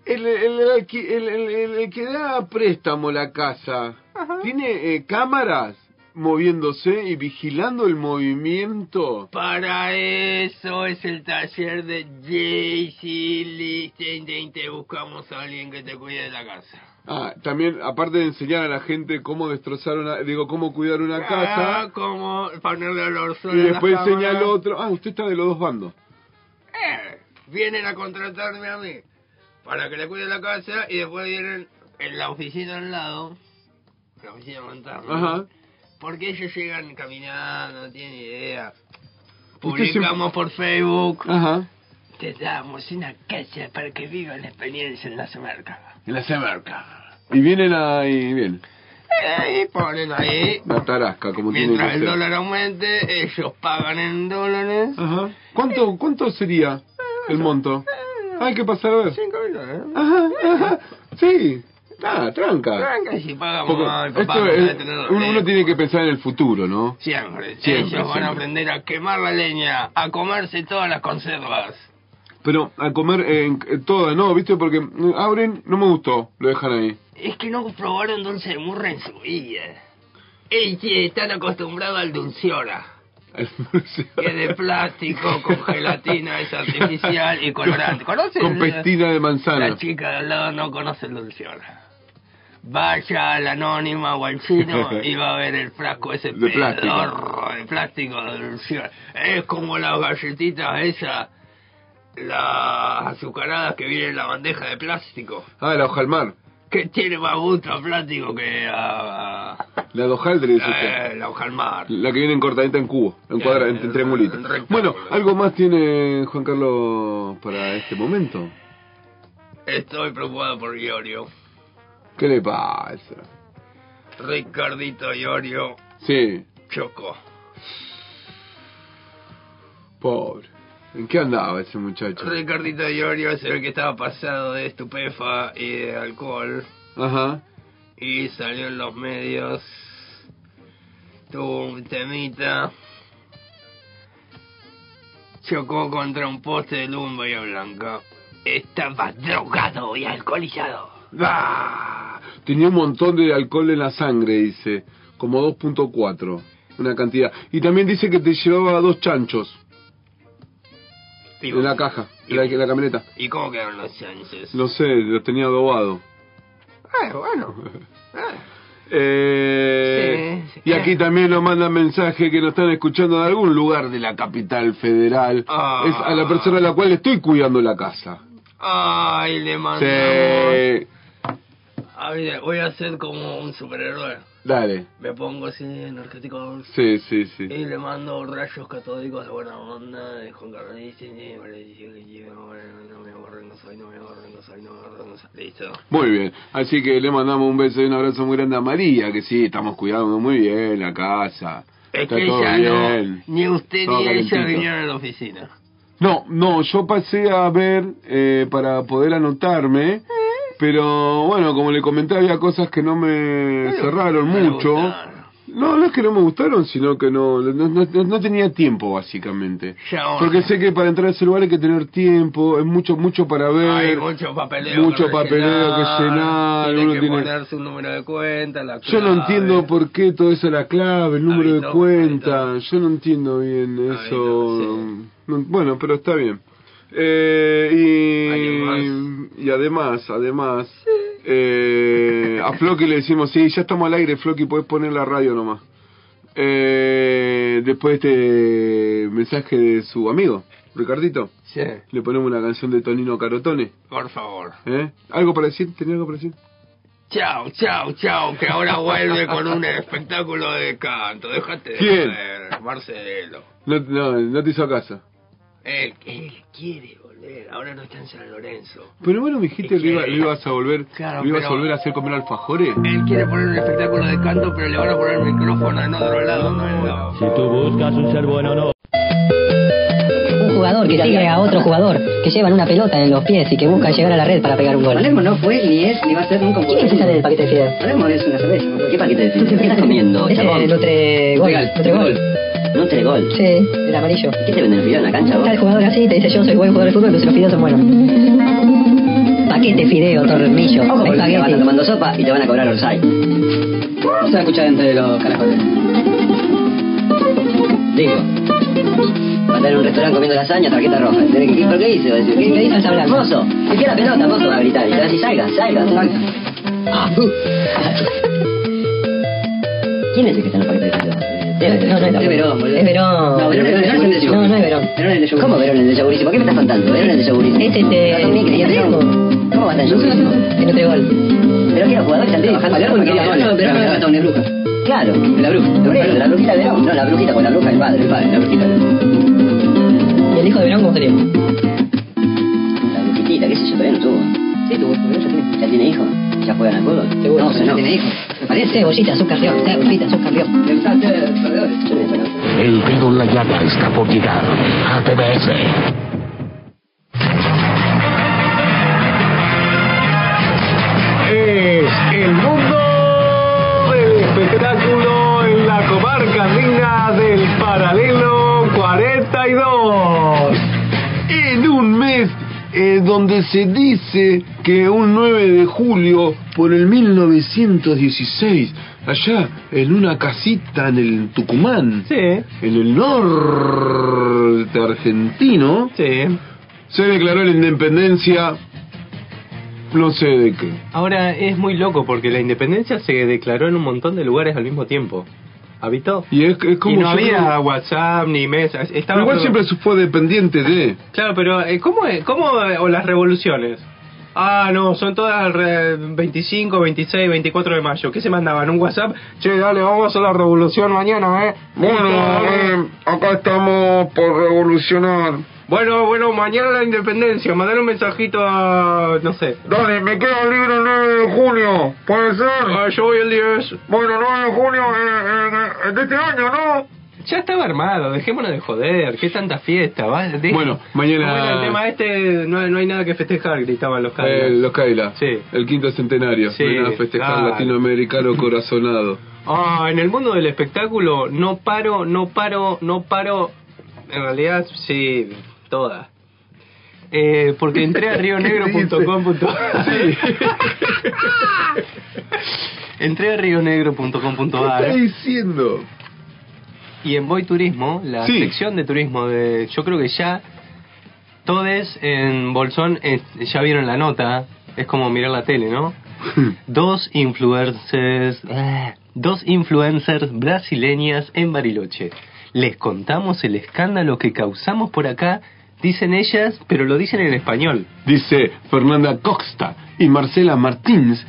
C: El, el, el alqui- el- el- el- el que da préstamo la casa, ¿tiene eh, cámaras moviéndose y vigilando el movimiento?
D: Para eso es el taller de JC Lichtenstein. Te buscamos a alguien que te cuide de la casa.
C: Ah, también, aparte de enseñar a la gente cómo destrozar una, digo, cómo cuidar una casa,
D: Ah, como ponerle olor solo
C: Y
D: a las
C: después enseña al
D: cámaras.
C: otro. Ah, usted está de los dos bandos.
D: Eh, vienen a contratarme a mí para que le cuide la casa y después vienen en la oficina al lado, la oficina montada,
C: Ajá.
D: porque ellos llegan caminando, no tienen idea.
C: Usted se-
D: Publicamos por Facebook,
C: Ajá.
D: te damos una casa para que vivan la experiencia en la semerca.
C: En la Y vienen ahí, bien.
D: Eh, y ponen ahí,
C: La tarasca, como tiene
D: mientras
C: que
D: el
C: ser.
D: dólar aumente, ellos pagan en dólares.
C: Ajá. ¿Cuánto, ¿Cuánto sería el monto? Hay que pasar a ver.
D: Cinco mil dólares.
C: Ajá, ajá. Sí. Ah, tranca.
D: Tranca, si pagamos,
C: Porque
D: ay, papá,
C: esto
D: vamos a
C: es-
D: tener
C: uno, uno
D: dólares.
C: tiene que pensar en el futuro, ¿no?
D: Siempre,
C: Siempre,
D: ellos van
C: siempre.
D: a aprender a quemar la leña, a comerse todas las conservas.
C: Pero a comer en, en todas, ¿no? ¿Viste? Porque mm, abren, no me gustó, lo dejan ahí.
D: Es que no probaron dulce de murra en su vida. Ellos están acostumbrados al dulciora, que es de plástico, con gelatina, es artificial y colorante. ¿Conoces?
C: Con pestina de manzana.
D: La chica de al lado no conoce el dulciora. Vaya al anónima o al chino y va a ver el frasco ese
C: De plástico.
D: pedorro de plástico de dulciora. Es como las galletitas esas, las azucaradas que vienen en la bandeja de plástico,
C: Ah, la hoja al mar.
D: que tiene más gusto a plástico que a, a-
C: La de hojaldre, dice usted.
D: eh, la hoja al mar.
C: La que viene en cortadita en cubo, en cuadra, en, en triangulito.
D: en rectángulo.
C: Bueno, ¿algo más tiene Juan Carlos para este momento?
D: Estoy preocupado por Iorio.
C: ¿Qué le pasa?
D: Ricardito Iorio
C: Sí,
D: chocó.
C: pobre. ¿En qué andaba ese muchacho?
D: Ricardito Iorio se ve que estaba pasado de estupefa y de alcohol
C: Ajá.
D: y salió en los medios. Tuvo un temita. Chocó contra un poste de luz en Bahía Blanca. Estaba drogado y alcoholizado.
C: ¡Ah! Tenía un montón de alcohol en la sangre, dice. Como 2.4. Una cantidad. Y también dice que te llevaba dos chanchos
D: Y,
C: en la caja, en la, en la camioneta.
D: ¿Y cómo quedaron los chances?
C: No sé, lo tenía adobado.
D: Eh, bueno. Eh.
C: Eh,
D: Sí.
C: Y aquí también nos mandan mensaje que nos están escuchando de algún lugar de la capital federal.
D: Ah.
C: Es a la persona a la cual estoy cuidando la casa.
D: Ay, le mandamos.
C: Sí.
D: Ah, mira, voy a ser como un superhéroe.
C: Dale.
D: Me pongo así energético.
C: Sí, sí, sí.
D: Y le mando rayos catódicos de buena onda de Juan Carlos Dice, "Eh, vale, dice que yo no vale, no me agarren, no soy, no me agarren, no soy, no me agarren, no soy". Listo.
C: Muy bien. Así que le mandamos un beso y un abrazo muy grande a María, que sí, estamos cuidando muy bien la casa.
D: Es
C: Está
D: que
C: todo
D: ya
C: bien.
D: no. Ni usted
C: Todo
D: ni
C: calentito.
D: ella vinieron a la oficina.
C: No, no, yo pasé a ver eh, para poder anotarme, pero bueno, como le comenté, había cosas que no me cerraron
D: Me
C: mucho.
D: gustaron.
C: No, no es que no me gustaron, sino que no, no, no- no tenía tiempo, básicamente.
I: Ya,
C: Porque sé que para entrar a ese lugar hay que tener tiempo, es mucho mucho para ver.
I: Hay mucho papeleo.
C: mucho
I: que
C: papeleo que llenar,
I: Tiene
C: uno
I: que
C: tiene-
I: poner su número de cuenta, la
C: Yo no
I: clave.
C: entiendo por qué todo eso la clave, el número de cuenta. Yo no entiendo bien eso. No- bueno, pero está bien. Eh, y, y además, además, eh, a Floki le decimos, sí, ya estamos al aire, Floki, podés poner la radio nomás. Eh, después de este mensaje de su amigo, Ricardito,
I: Sí,
C: le ponemos una canción de Tonino Carotone.
I: por favor.
C: ¿eh? ¿Algo para decir? ¿Tenía algo para decir?
I: Chao, chao, chao, que ahora vuelve con un espectáculo de canto. Déjate de
C: ¿Quién?
I: joder, Marcelo.
C: No, no, no te hizo caso.
I: Él, él quiere volver, ahora no está en San Lorenzo.
C: Pero bueno, me dijiste que iba- lo ibas a volver,
I: Claro,
C: lo ibas a
I: pero-
C: volver a hacer comer alfajores.
I: Él quiere poner un espectáculo de canto, pero le van a poner el micrófono en otro lado, no en la...
J: Si tú buscas un ser bueno, no.
K: Un jugador que sigue a otro jugador, que llevan una pelota en los pies y que busca llegar a la red para pegar un gol.
L: Palermo no fue, ni es, ni va a ser nunca un
K: ¿Quién es esa del paquete de fideos?
L: Palermo es una cerveza. ¿Qué paquete de
K: ¿Qué
L: fideos?
K: estás comiendo, chabón? Regal, Nutregol.
L: Nutregol.
K: Sí, el amarillo.
L: ¿Qué te venden el fideo en la cancha vos?
K: Está el jugador así y te dice yo soy buen jugador de fútbol, pero si los fideos son buenos. Paquete, fideo, tornillo,
L: Ojo, porque te van a
K: espagueti.
L: tomando sopa y te van a cobrar orsay. Se va a escuchar entre los caracoles. Digo. Va a estar en un restaurante comiendo lasaña, tarjeta roja. ¿Pero qué, pero qué hice? Va a decir, ¿Qué, qué dices hablando? Mozo, ¿y qué la pelota? Mozo va a gritar. Y te va a decir, salga, salga, salga. Ah, uh. ¿Quién es el que está en el paquete de fideos?
K: No, no es
L: es Verón, boludo.
K: Es Verón.
L: No, Verón, Verón, Verón es el de Yogurici.
K: No, no es Verón.
L: Verón es el de Yogurici. ¿Cómo Verón es el de Yogurici? ¿Por qué me estás contando? Verón es el de Yogurici.
K: Es este...
L: No, son micri, es Verón. ¿Cómo va a estar en Yogurici?
K: El Nutregol.
L: Pero que los jugadores están trabajando. Palermo quería gol. Pero no mata una bruja. Claro, la bruja. Por eso, la brujita de Verón. No, la brujita con la bruja del padre, el padre, la brujita.
K: ¿Y el hijo de Verón cómo sería?
L: La brujitita, qué sé yo, todavía no tuvo. Sí, tuvo, pero ya tiene. ¿Ya tiene hijo? ¿Ya juegan al fútbol? Seguro, no, o sea, no. tiene hijo. Me parece.
K: Cebollita, sos campeón. Cebollita, sos campeón.
A: El dedo en la llaga está por llegar a TBS.
C: Es el mundo del espectáculo en la comarca andina del paralelo 42. En un mes eh, donde se dice que un 9 de julio por el 1916, allá en una casita en el Tucumán, en el norte argentino, se declaró la independencia no sé de qué.
D: Ahora es muy loco porque la independencia se declaró en un montón de lugares al mismo tiempo. ¿Habitó?
C: Y, es, es como
D: Y no
C: siempre-
D: había WhatsApp ni mesas.
C: Pero
D: Estaba
C: igual
D: todo-
C: siempre su- fue dependiente de.
D: Claro, pero eh, ¿cómo, es- cómo eh, o las revoluciones? Ah, no, son todas re- 25, 26, 24 de mayo. ¿Qué se mandaban? ¿Un WhatsApp? Che, dale, vamos a hacer la revolución mañana, ¿eh?
C: Bueno, eh, acá estamos por revolucionar.
D: Bueno, bueno, mañana la independencia. Mandar un mensajito a... no sé.
B: Dale, me quedo libre el 9 de junio. ¿Puede ser?
D: Ah, yo voy el 10.
B: Bueno, 9 de junio eh, eh, eh, de este año, ¿no?
D: Ya estaba armado, dejémonos de joder, qué tanta fiesta, va, de-
C: Bueno, mañana-
D: Como era el tema este, no, no hay nada que festejar, gritaban los
C: Eh,
D: caras.
C: los Kaila. El quinto centenario.
D: Sí,
C: Ven a festejar
D: claro.
C: latinoamericano corazonado.
D: Ah, en el mundo del espectáculo no paro, no paro, no paro. En realidad, sí, todas. Eh, porque entré a rionegro.com. entré a rionegro.com.ar.
C: diciendo?
D: Y en Voy Turismo, la
C: Sí.
D: sección de turismo de. Yo creo que ya. Todes en Bolsón eh, ya vieron la nota. Es como mirar la tele, ¿no? Dos influencers. ah, Dos influencers brasileñas en Bariloche. Les contamos el escándalo que causamos por acá, dicen ellas, pero lo dicen en español.
C: Dice Fernanda Costa y Marcela Martins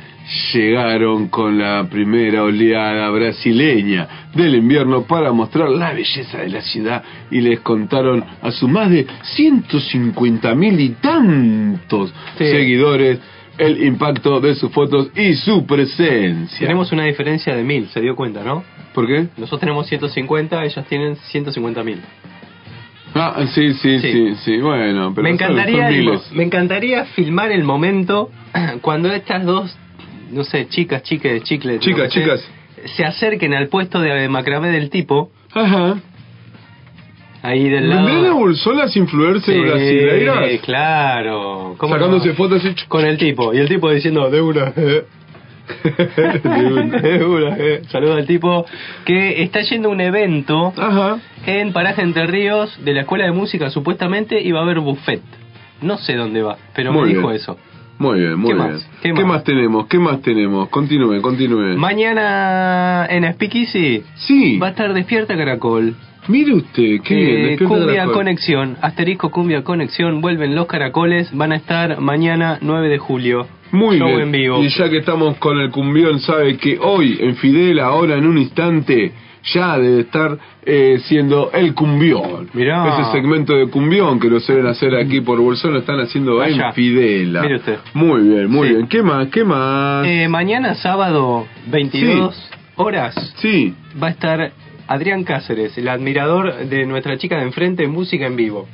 C: llegaron con la primera oleada brasileña del invierno para mostrar la belleza de la ciudad y les contaron a sus más de 150 mil y tantos seguidores el impacto de sus fotos y su presencia.
D: Tenemos una diferencia de mil, se dio cuenta, ¿no?
C: ¿Por qué?
D: Nosotros tenemos 150, ellas tienen 150 mil.
C: Ah, sí, sí, sí, sí, bueno, pero
D: me
C: son- son
D: encantaría
C: miles.
D: me encantaría filmar el momento cuando estas dos no sé chicas chicas chicles
C: Chicas,
D: no sé,
C: chicas.
D: se acerquen al puesto de macramé del tipo.
C: Ajá.
D: Ahí del
C: ¿Vendrán a
D: lado.
C: Bolsolas influencers
D: Sí,
C: brasileiras?
D: claro. ¿Cómo
C: Sacándose
D: no?
C: fotos y...
D: Con el tipo. Y el tipo diciendo, Débora. eh". Débora, eh. Saluda al tipo que está yendo a un evento en Paraje Entre Ríos de la Escuela de Música. Supuestamente iba a haber buffet. No sé dónde va, pero me
C: Muy
D: dijo
C: bien.
D: eso.
C: Muy bien, muy
D: ¿Qué
C: bien.
D: más? ¿Qué más?
C: tenemos? ¿Qué más tenemos? Continúe, continúe.
D: Mañana en Speakeasy
C: sí.
D: va a estar Despierta Caracol.
C: Mire usted, qué bien.
D: Eh,
C: despierta
D: cumbia
C: la cor-
D: Conexión, asterisco Cumbia Conexión, vuelven los caracoles, van a estar mañana 9 de julio.
C: Muy
D: Show
C: bien.
D: en vivo.
C: Y ya que estamos con el cumbión, sabe que hoy en Fidel, ahora en un instante, ya debe estar eh, siendo el cumbión.
D: Mirá.
C: Ese segmento de cumbión que lo suelen hacer aquí por Bolsón lo están haciendo
D: Allá.
C: en Fidela.
D: Mire usted.
C: Muy bien, muy
D: Sí.
C: bien. ¿Qué más? ¿Qué más?
D: Eh, mañana sábado 22 horas
C: sí.
D: va a estar Adrián Cáceres, el admirador de nuestra chica de enfrente en música en vivo.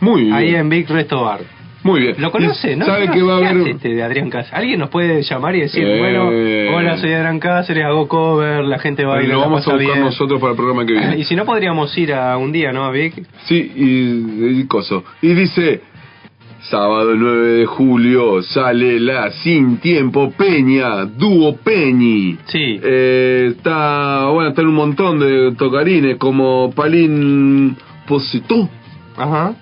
C: Muy bien.
D: Ahí en Big Resto Bar.
C: Muy bien.
D: ¿Lo conoce?
C: Y
D: ¿No?
C: sabe
D: ¿No?
C: que va a
D: ¿Qué
C: haber
D: hace este de Adrián Cáceres? ¿Alguien nos puede llamar y decir,
C: Eh.
D: bueno, hola, soy Adrián Cáceres, hago cover, la gente
C: Y
D: baila,
C: lo
D: la
C: vamos a
D: pasa
C: buscar
D: bien?
C: nosotros para el programa que viene.
D: Y si no, podríamos ir a un día, ¿no, a Big?
C: Sí, y, y coso. Y dice, sábado 9 de julio sale la Sin Tiempo Peña, dúo Peñi. Eh,
D: Sí.
C: está, bueno, están un montón de tocarines como Palín Positó. eh,
D: Ajá.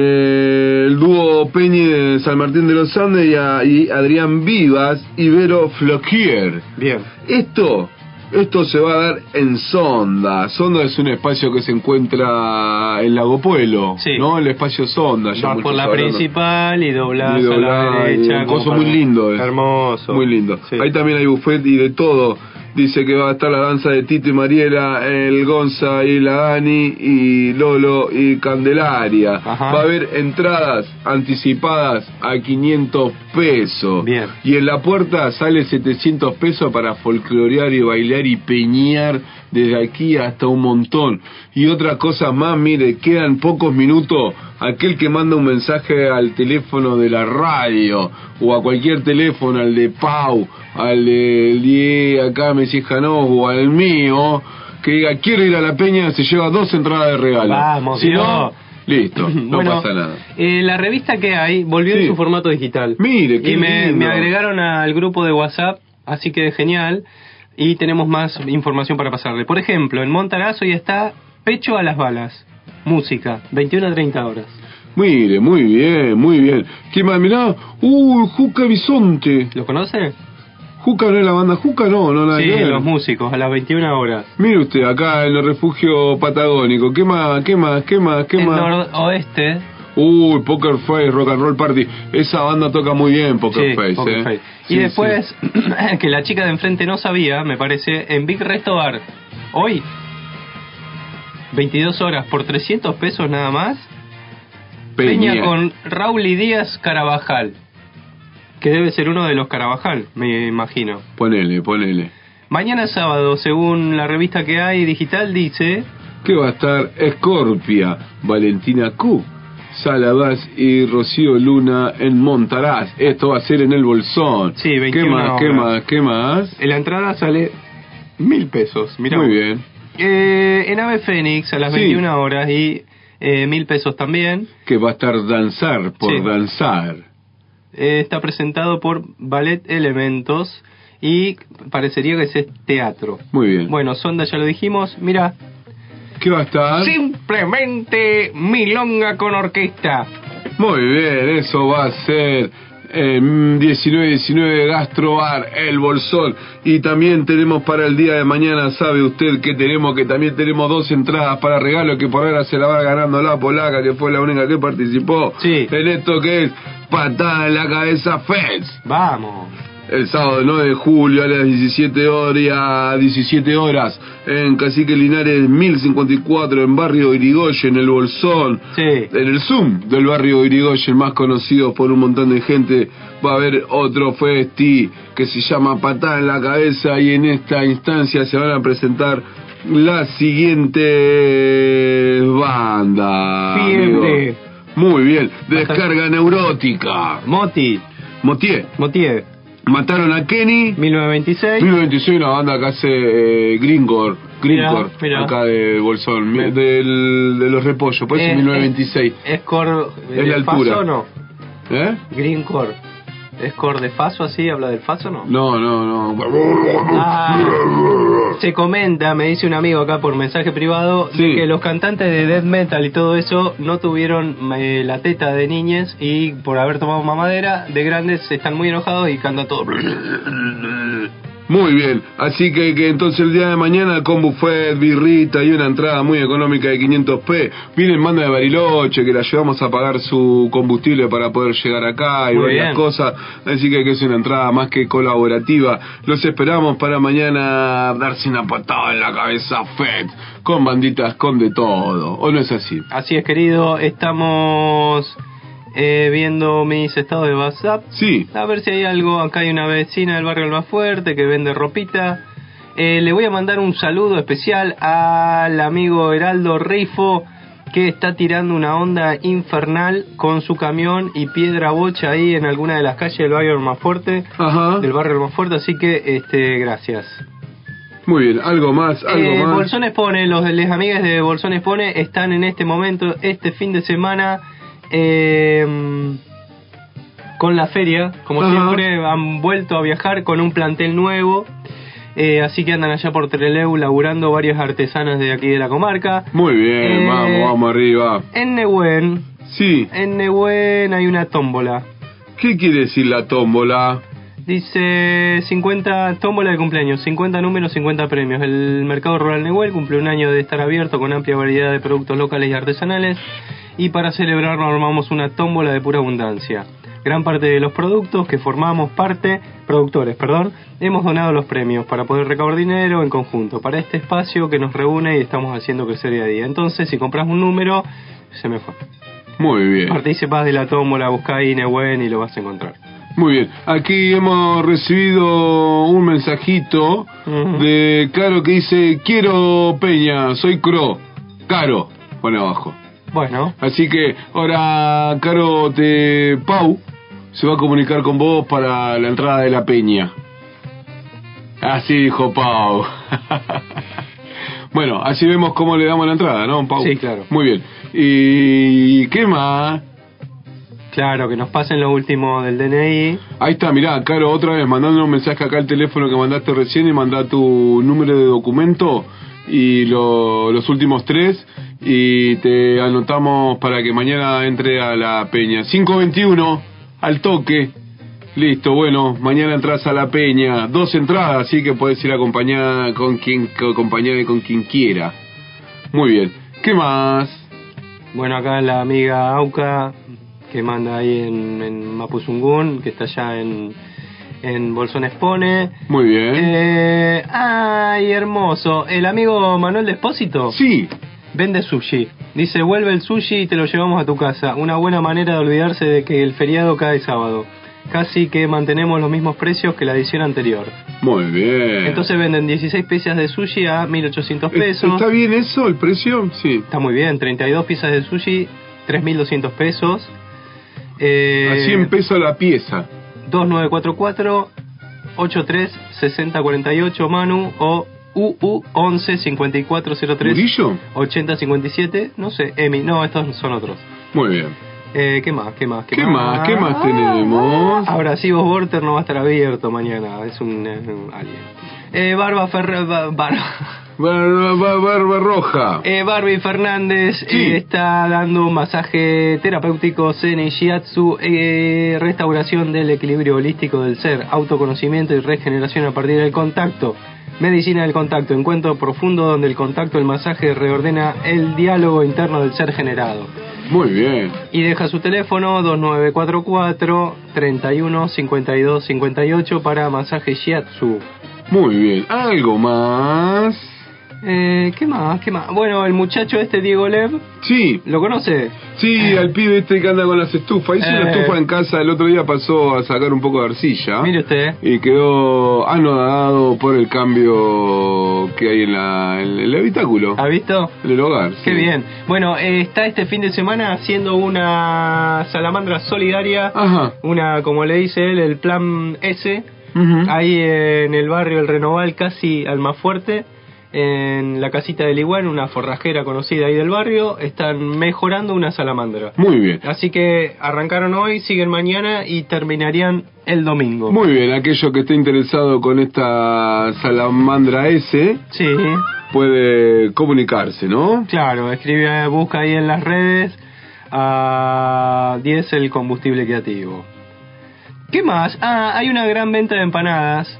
C: el dúo Peñi de San Martín de los Andes y, a- y Adrián Vivas y Vero Floquier.
D: Bien.
C: Esto, esto se va a dar en Sonda. Sonda es un espacio que se encuentra en Lago Pueblo, ¿no? El espacio Sonda. ya
D: Vas
C: muchos
D: por la
C: hablan, ¿no?
D: principal y doblás,
C: Y doblá,
D: a la
C: y
D: derecha.
C: un
D: como
C: coso
D: para-
C: muy lindo, eh.
D: Hermoso.
C: Muy lindo. Ahí también hay buffet y de todo. Dice que va a estar la danza de Tito y Mariela, el Gonza y la Dani y Lolo y Candelaria. Va a haber entradas anticipadas a 500 pesos. Y en la puerta sale 700 pesos para folclorear y bailar y peñar desde aquí hasta un montón. Y otra cosa más, mire, quedan pocos minutos. Aquel que manda un mensaje al teléfono de la radio o a cualquier teléfono, al de Pau, al de Die, acá Mesijanov o al mío, que diga quiero ir a la peña, se lleva dos entradas de regalo.
D: Vamos,
C: si
D: Dios.
C: no, listo, no
D: Bueno,
C: pasa nada.
D: Eh, la revista que hay volvió
C: Sí.
D: en su formato digital.
C: Mire, qué
D: Y me,
C: lindo.
D: me agregaron al grupo de WhatsApp, así que genial. Y tenemos más información para pasarle. Por ejemplo, en Montarazo ya está Pecho a las balas. Música, 21 a 30 horas.
C: Mire, muy bien, muy bien. ¿Qué más? Mirá, uy, Juca Bisonte.
D: ¿Lo conoce?
C: Juca no es la banda Juca, no, no la
D: sí, los músicos, a las 21 horas.
C: Mire usted, acá en el refugio patagónico, ¿qué más, qué más, qué más, qué
D: En
C: más?
D: noroeste,
C: Uy, Poker Face, Rock and Roll Party. Esa banda toca muy bien, Poker
D: Sí,
C: Face,
D: Poker
C: eh.
D: Face.
C: Sí,
D: y después, que la chica de enfrente no sabía, me parece, en Big Resto Bar, hoy, 22 horas por 300 pesos nada más, Peña,
C: Peña.
D: con Raúl y Díaz Carabajal, que debe ser uno de los Carabajal, me imagino.
C: Ponele, ponele.
D: Mañana sábado, según la revista que hay digital, dice...
C: Que va a estar Escorpia, Valentina Q, Saladás y Rocío Luna en Montaraz. Esto va a ser en el Bolsón.
D: Sí, 21
C: ¿Qué más, qué
D: horas.
C: más, qué más?
D: En la entrada sale mil pesos, mirá.
C: Muy bien.
D: Eh, en Ave Fénix a las
C: Sí.
D: 21 horas y eh, mil pesos también.
C: Que va a estar Danzar por
D: Sí.
C: Danzar.
D: Eh, está presentado por Ballet Elementos y parecería que es teatro.
C: Muy bien.
D: Bueno, Sonda ya lo dijimos, mira.
C: ¿Qué va a estar?
D: Simplemente Milonga con orquesta.
C: Muy bien, eso va a ser eh, 19-19 Gastrobar, El Bolsón. Y también tenemos para el día de mañana, sabe usted que tenemos, que también tenemos dos entradas para regalo, que por ahora se la va ganando la polaca, que fue la única que participó en esto que es Patada en la Cabeza Fest.
D: Vamos.
C: El sábado 9 de julio a las 17 horas, 17 horas en Cacique Linares 1054 en Barrio Irigoyen, el Bolsón. En el Zoom del Barrio Irigoyen, más conocido por un montón de gente, va a haber otro festi que se llama Patada en la Cabeza y en esta instancia se van a presentar las siguientes bandas.
D: Fiebre.
C: amigos. Muy bien. Descarga neurótica.
D: Moti.
C: Motier.
D: Motier.
C: Mataron a Kenny.
D: 1926.
C: 1926, una banda que hace eh, Gringor.
D: Mirá,
C: Gringor,
D: mirá.
C: acá de Bolsón, mi- del, de los repollos, por eso
D: Eh,
C: 1926.
D: ¿Es core
C: Es la
D: de
C: altura.
D: faso o no?
C: ¿Eh?
D: Green core. ¿Es core de faso así? ¿Habla del faso o no?
C: No, no, no.
D: Ah, se comenta, me dice un amigo acá por mensaje privado, de que los cantantes de death metal y todo eso no tuvieron eh, la teta de niñez y por haber tomado mamadera, de grandes están muy enojados y canta todo.
C: Muy bien, así que, que entonces el día de mañana el combo fue birrita y una entrada muy económica de 500p. Miren, manda de Bariloche, que la llevamos a pagar su combustible para poder llegar acá y
M: Muy
C: varias
M: bien.
C: cosas. Así que, que es una entrada más que colaborativa. Los esperamos para mañana darse una patada en la cabeza, Fed, con banditas, con de todo. ¿O no es así?
D: Así es, querido, estamos eh, viendo mis estados de WhatsApp.
C: Sí.
D: A ver si hay algo. Acá hay una vecina del barrio El Más Fuerte que vende ropita. Eh, le voy a mandar un saludo especial al amigo Heraldo Rifo que está tirando una onda infernal con su camión y piedra bocha ahí en alguna de las calles del barrio El Más Fuerte. Del barrio El Más Fuerte, así que este, gracias.
C: Muy bien, algo más, algo
D: Eh,
C: más.
D: Bolsones Pone, los de les amigues de Bolsones Pone están en este momento, este fin de semana, eh, con la feria. Como
C: Ajá.
D: siempre, han vuelto a viajar con un plantel nuevo. eh, así que andan allá por Treleu laburando varias artesanas de aquí de la comarca.
C: Muy bien,
D: Eh,
C: vamos, vamos arriba.
D: En Nehuen,
C: Sí,
D: en Nehuen hay una tómbola.
C: ¿qué quiere decir la tómbola?
D: Dice 50 tómbola de cumpleaños, 50 números, 50 premios. El mercado rural Nehuel cumple un año de estar abierto con amplia variedad de productos locales y artesanales y para celebrarlo armamos una tómbola de pura abundancia. Gran parte de los productos que formamos parte, productores, perdón, hemos donado los premios para poder recabar dinero en conjunto para este espacio que nos reúne y estamos haciendo crecer día a día. Entonces, si compras un número, se me fue.
C: Muy bien.
D: Participás de la tómbola, buscáis Nehuel y lo vas a encontrar.
C: Muy bien, aquí hemos recibido un mensajito de Caro que dice, quiero Peña, soy Cro, Caro, pone abajo.
D: Bueno.
C: Así que ahora Caro de Pau se va a comunicar con vos para la entrada de la Peña. Así dijo Pau. bueno, así vemos cómo le damos la entrada, ¿no, Pau?
D: Sí, claro.
C: Muy bien. ¿Y qué más?
D: Claro, que nos pasen lo último del DNI.
C: Ahí está, mirá, Caro, otra vez mandando un mensaje acá al teléfono que mandaste recién y mandá tu número de documento y lo- los últimos tres y te anotamos para que mañana entre a la peña. 521, al toque. Listo, bueno, mañana entras a la peña. Dos entradas, así que puedes ir acompañada con quien, acompañada con quien quiera. Muy bien. ¿Qué más?
D: Bueno, acá la amiga Auca, que manda ahí en, en Mapuzungún, que está allá en, en Bolsón Expone.
C: Muy bien.
D: Eh, ay, hermoso. El amigo Manuel Despósito.
C: Sí.
D: Vende sushi. Dice, vuelve el sushi y te lo llevamos a tu casa. Una buena manera de olvidarse de que el feriado cae sábado. Casi que mantenemos los mismos precios que la edición anterior.
C: Muy bien.
D: Entonces venden 16 piezas de sushi a 1800 pesos.
C: ¿Está bien eso, el precio? Sí.
D: Está muy bien, 32 piezas de sushi, 3.200 pesos. Eh,
C: A 100 pesos la pieza.
D: 2944 83 6048 Manu o UU 11 5403
C: ¿Murillo?
D: 8057, no sé, Emi, no, estos son otros.
C: Muy bien.
D: Eh, ¿Qué más? ¿Qué más?
C: ¿Qué más? ¿Qué más tenemos?
D: Abrasivos Borter no va a estar abierto mañana, es un, eh, un alien. Eh, Barba Ferrer.
C: Barba, barba roja.
D: Eh, Barbie Fernández eh, está dando un masaje terapéutico Zen y Shiatsu, eh, restauración del equilibrio holístico del ser, autoconocimiento y regeneración a partir del contacto. Medicina del contacto, encuentro profundo donde el contacto, el masaje reordena el diálogo interno del ser generado.
C: Muy bien.
D: Y deja su teléfono 2944 31 52 58 para masaje Shiatsu.
C: Muy bien. ¿Algo más?
D: Eh, ¿Qué más? ¿Qué más? Bueno, el muchacho este Diego Lev.
C: Sí.
D: ¿Lo conoce?
C: Sí, al pibe este que anda con las estufas. Hizo una
D: Eh.
C: estufa en casa. El otro día pasó a sacar un poco de arcilla.
D: Mire usted.
C: Y quedó anodado por el cambio que hay en, la, en el habitáculo.
D: ¿Ha visto?
C: En el hogar.
D: Ah. Qué
C: sí.
D: bien. Bueno, eh, está este fin de semana
C: Ah.
D: haciendo una salamandra solidaria, una, como le dice él, el plan S,
C: ¿Mm?
D: Ahí en el barrio El Renoval, casi al más fuerte, en la casita del Iguán, una forrajera conocida ahí del barrio, están mejorando una salamandra.
C: Muy bien.
D: Así que arrancaron hoy, siguen mañana y terminarían el domingo.
C: Muy bien, aquello que esté interesado con esta salamandra S
D: Sí,
C: puede comunicarse, ¿no?
D: claro, escribe, busca ahí en las redes a 10 el combustible creativo. ¿Qué más? Ah, hay una gran venta de empanadas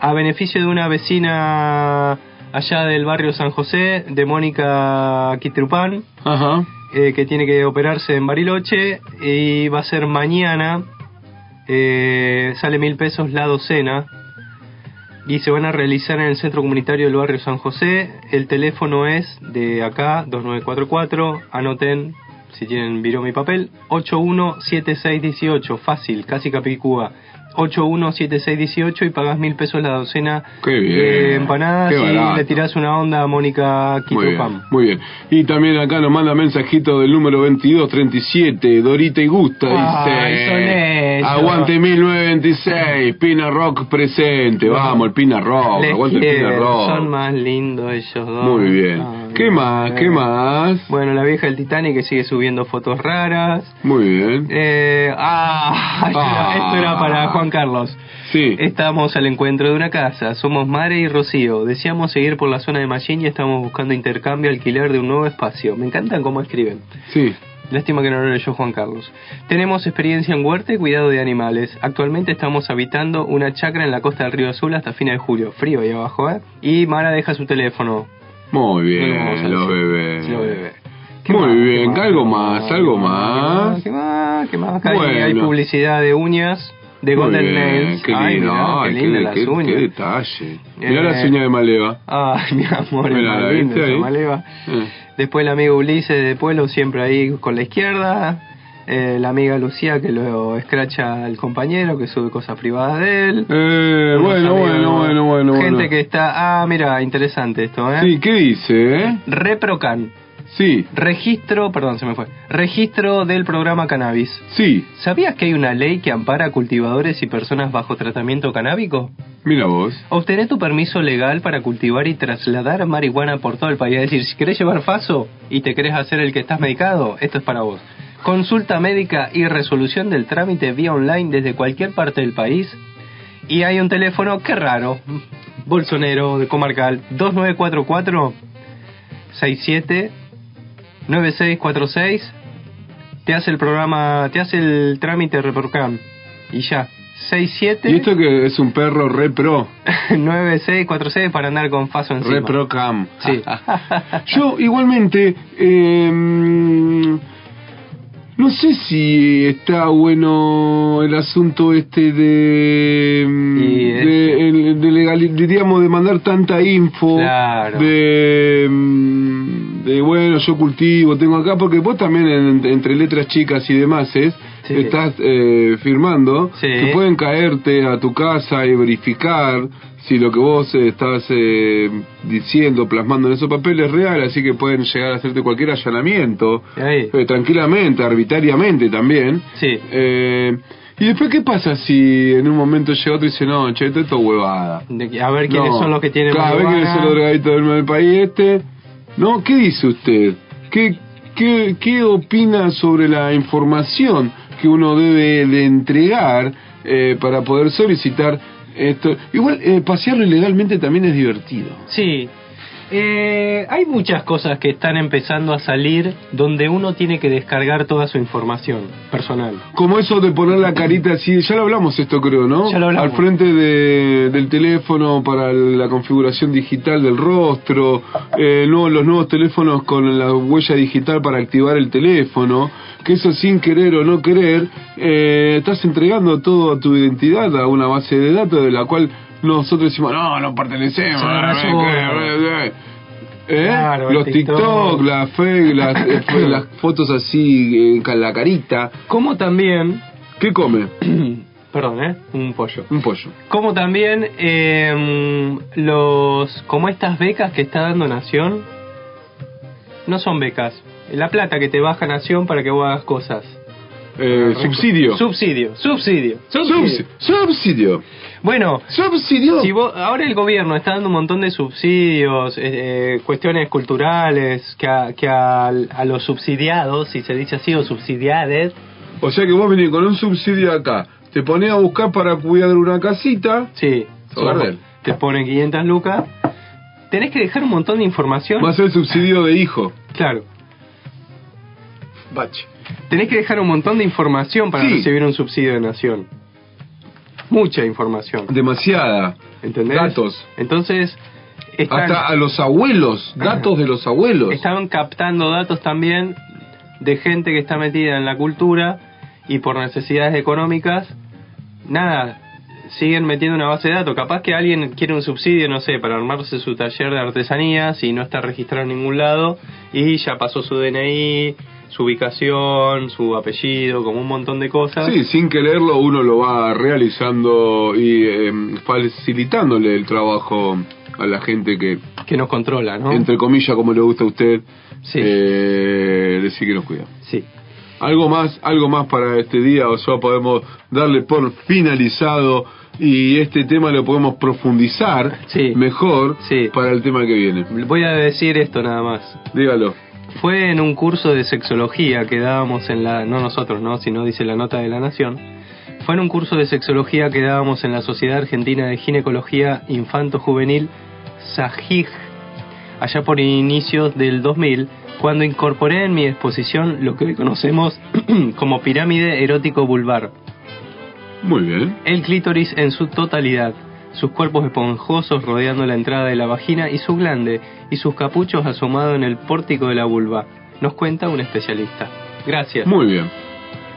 D: a beneficio de una vecina allá del barrio San José, de Mónica Quitrupán.
C: Ajá.
D: eh, que tiene que operarse en Bariloche y va a ser mañana. eh, sale mil pesos la docena y se van a realizar en el centro comunitario del barrio San José. El teléfono es de acá 2944. Anoten si tienen viró mi papel 817618. Fácil, casi Capicúa. 817618 y pagas mil pesos la docena
C: Qué bien.
D: de empanadas
C: Qué
D: y
C: barato.
D: le tirás una onda a Mónica
C: Muy bien,
D: Quitropam.
C: muy bien. Y también acá nos manda mensajito del número 2237, Dorita y Gusta,
D: Ay, son
C: dice.
D: ellos.
C: Aguante 1926, Pina Rock presente. Vamos, el Pina Rock,
D: Les
C: aguante el Pina
D: quiero,
C: Rock.
D: Son más lindos ellos dos. Ah,
C: Muy bien. ¿Qué más? ¿Qué más?
D: Bueno, la vieja del Titanic que sigue subiendo fotos raras.
C: Muy bien.
D: Eh, ah, esto,
C: Ah.
D: Era, esto era para Juan Carlos.
C: Sí.
D: Estamos al encuentro de una casa. Somos Mare y Rocío. Deseamos seguir por la zona de Machín y estamos buscando intercambio, alquiler de un nuevo espacio. Me encantan cómo escriben.
C: Sí.
D: Lástima que no lo leyó Juan Carlos. Tenemos experiencia en huerta y cuidado de animales. Actualmente estamos habitando una chacra en la costa del Río Azul hasta fines de julio. Frío ahí abajo, ¿eh? Y Mara deja su teléfono.
C: Muy bien,
D: Hermosa,
C: los
D: sí.
C: bebés.
D: Los bebés.
C: Muy bien, algo más, algo más.
D: ¿Qué más? ¿Qué más? Acá hay-
C: Bueno.
D: hay publicidad de uñas, de
C: Muy
D: Golden
C: bien,
D: Nails.
C: Qué
D: Ay,
C: lindo,
D: mirá, qué
C: ay,
D: lindas las
C: qué, qué- qué
D: uñas.
C: detalle. Mirá
D: Eh,
C: la uña de Maleva.
D: Ay, mi amor,
C: Mirá,
D: es
C: ¿la
D: más lindo,
C: viste ahí?
D: esa maleva.
C: Eh.
D: Después el amigo Ulises de Pueblo, siempre ahí con la izquierda. Eh, la amiga Lucía que luego escracha al compañero, que sube cosas privadas de él.
C: Eh,
D: Unos
C: bueno,
D: amigos-
C: bueno, bueno, bueno,
D: Gente
C: bueno.
D: que está... Ah, mira, interesante esto, ¿eh?
C: Sí, ¿qué dice? eh?
D: Reprocan.
C: Sí,
D: Registro, perdón, se me fue. Registro del programa cannabis.
C: sí.
D: ¿Sabías que hay una ley que ampara a cultivadores y personas bajo tratamiento canábico?
C: Mira vos.
D: Obtener tu permiso legal para cultivar y trasladar marihuana por todo el país. Es decir, si querés llevar faso y te querés hacer el que estás medicado, esto es para vos. Consulta médica y resolución del trámite vía online desde cualquier parte del país. Y hay un teléfono, qué raro, Bolsonero de Comarcal, 2944 67 9646. Te hace el programa, te hace el trámite Reprocan. Y ya, 67
C: ¿Y esto que es un perro re pro?
D: 9646 para andar con Faso encima.
C: Re pro cam. Ah,
D: Sí.
C: Yo igualmente, eh, no sé si está bueno el asunto este de, em,
D: Y
C: de,
D: es-
C: el- de legali- diríamos, de mandar tanta info,
D: Claro.
C: de, mm, de, bueno, yo cultivo, tengo acá, porque vos también en- entre letras chicas y demás es,
D: Sí.
C: estás eh, firmando,
D: Sí.
C: que pueden caerte a tu casa y verificar si lo que vos eh, estás eh, diciendo, plasmando en esos papeles es real, así que pueden llegar a hacerte cualquier allanamiento,
D: Ahí.
C: eh, tranquilamente, arbitrariamente también.
D: Sí.
C: Eh, y después, ¿qué pasa si en un momento llega otro y dice, no, che, esto es todo huevada?
D: De que- A ver quiénes
C: No.
D: son los que tienen
C: Claro, a ver quiénes son los
D: marihuana.
C: drogaditos del del país este. No, ¿qué dice usted? ¿Qué, qué, qué opina sobre la información que uno debe de entregar eh, para poder solicitar esto? Igual, eh, pasearlo ilegalmente también es divertido.
D: Sí. Eh, hay muchas cosas que están empezando a salir donde uno tiene que descargar toda su información personal.
C: Como eso de poner la carita así, ya lo hablamos esto creo, ¿no?
D: Ya lo hablamos.
C: Al frente de- del teléfono para la configuración digital del rostro, eh, no, los nuevos teléfonos con la huella digital para activar el teléfono, que eso sin querer o no querer, eh, estás entregando toda tu identidad a una base de datos de la cual nosotros decimos, no, no pertenecemos.
D: Son ahora
C: eh,
D: yo.
C: eh, eh, eh". ¿Eh?
D: Claro, el
C: los TikTok,
D: TikTok.
C: las, fe- las, eh, las fotos así, eh, con la carita.
D: Como también...
C: ¿Qué come?
D: Perdón, ¿eh? Un pollo.
C: Un pollo.
D: Como también eh, los... Como estas becas que está dando Nación. No son becas. La plata que te baja Nación para que vos hagas cosas.
C: eh, subsidio.
D: Subsidio, subsidio,
C: Subs- subsidio.
D: Bueno,
C: subsidio.
D: Si vos- ahora el gobierno está dando un montón de subsidios, eh, eh, cuestiones culturales, que, a, que a, a los subsidiados, si se dice así, o subsidiades,
C: O sea que vos venís con un subsidio acá, te ponés a buscar para cuidar una casita.
D: Sí.
C: Gardel.
D: te ponen 500 lucas, tenés que dejar un montón de información.
C: Va a ser subsidio de hijo.
D: Claro.
C: Bache.
D: Tenés que dejar un montón de información para
C: Sí.
D: recibir un subsidio de nación. Mucha información.
C: Demasiada.
D: ¿Entendés?
C: Datos.
D: Entonces, están,
C: Hasta a los abuelos, datos de los abuelos.
D: están captando datos también de gente que está metida en la cultura y por necesidades económicas, nada, siguen metiendo una base de datos. Capaz que alguien quiere un subsidio, no sé, para armarse su taller de artesanías y no está registrado en ningún lado y ya pasó su DNI, su ubicación, su apellido, como un montón de cosas.
C: Sí, sin quererlo uno lo va realizando y eh, facilitándole el trabajo a la gente que,
D: que nos controla, ¿no?
C: Entre comillas, como le gusta a usted, eh, decir que nos cuida.
D: Sí.
C: Algo más, algo más para este día, o sea, podemos darle por finalizado y este tema lo podemos profundizar mejor para el tema que viene.
D: Voy a decir esto nada más.
C: Dígalo.
D: Fue en un curso de sexología que dábamos en la, no nosotros, ¿no? Sino dice la nota de la nación. Fue en un curso de sexología que dábamos en la Sociedad Argentina de Ginecología Infanto-Juvenil, SAGIG, allá por inicios del 2000, cuando incorporé en mi exposición lo que hoy conocemos como pirámide erótico vulvar.
C: Muy bien.
D: El clítoris en su totalidad, sus cuerpos esponjosos rodeando la entrada de la vagina y su glande, y sus capuchos asomados en el pórtico de la vulva, nos cuenta un especialista. Gracias.
C: Muy bien.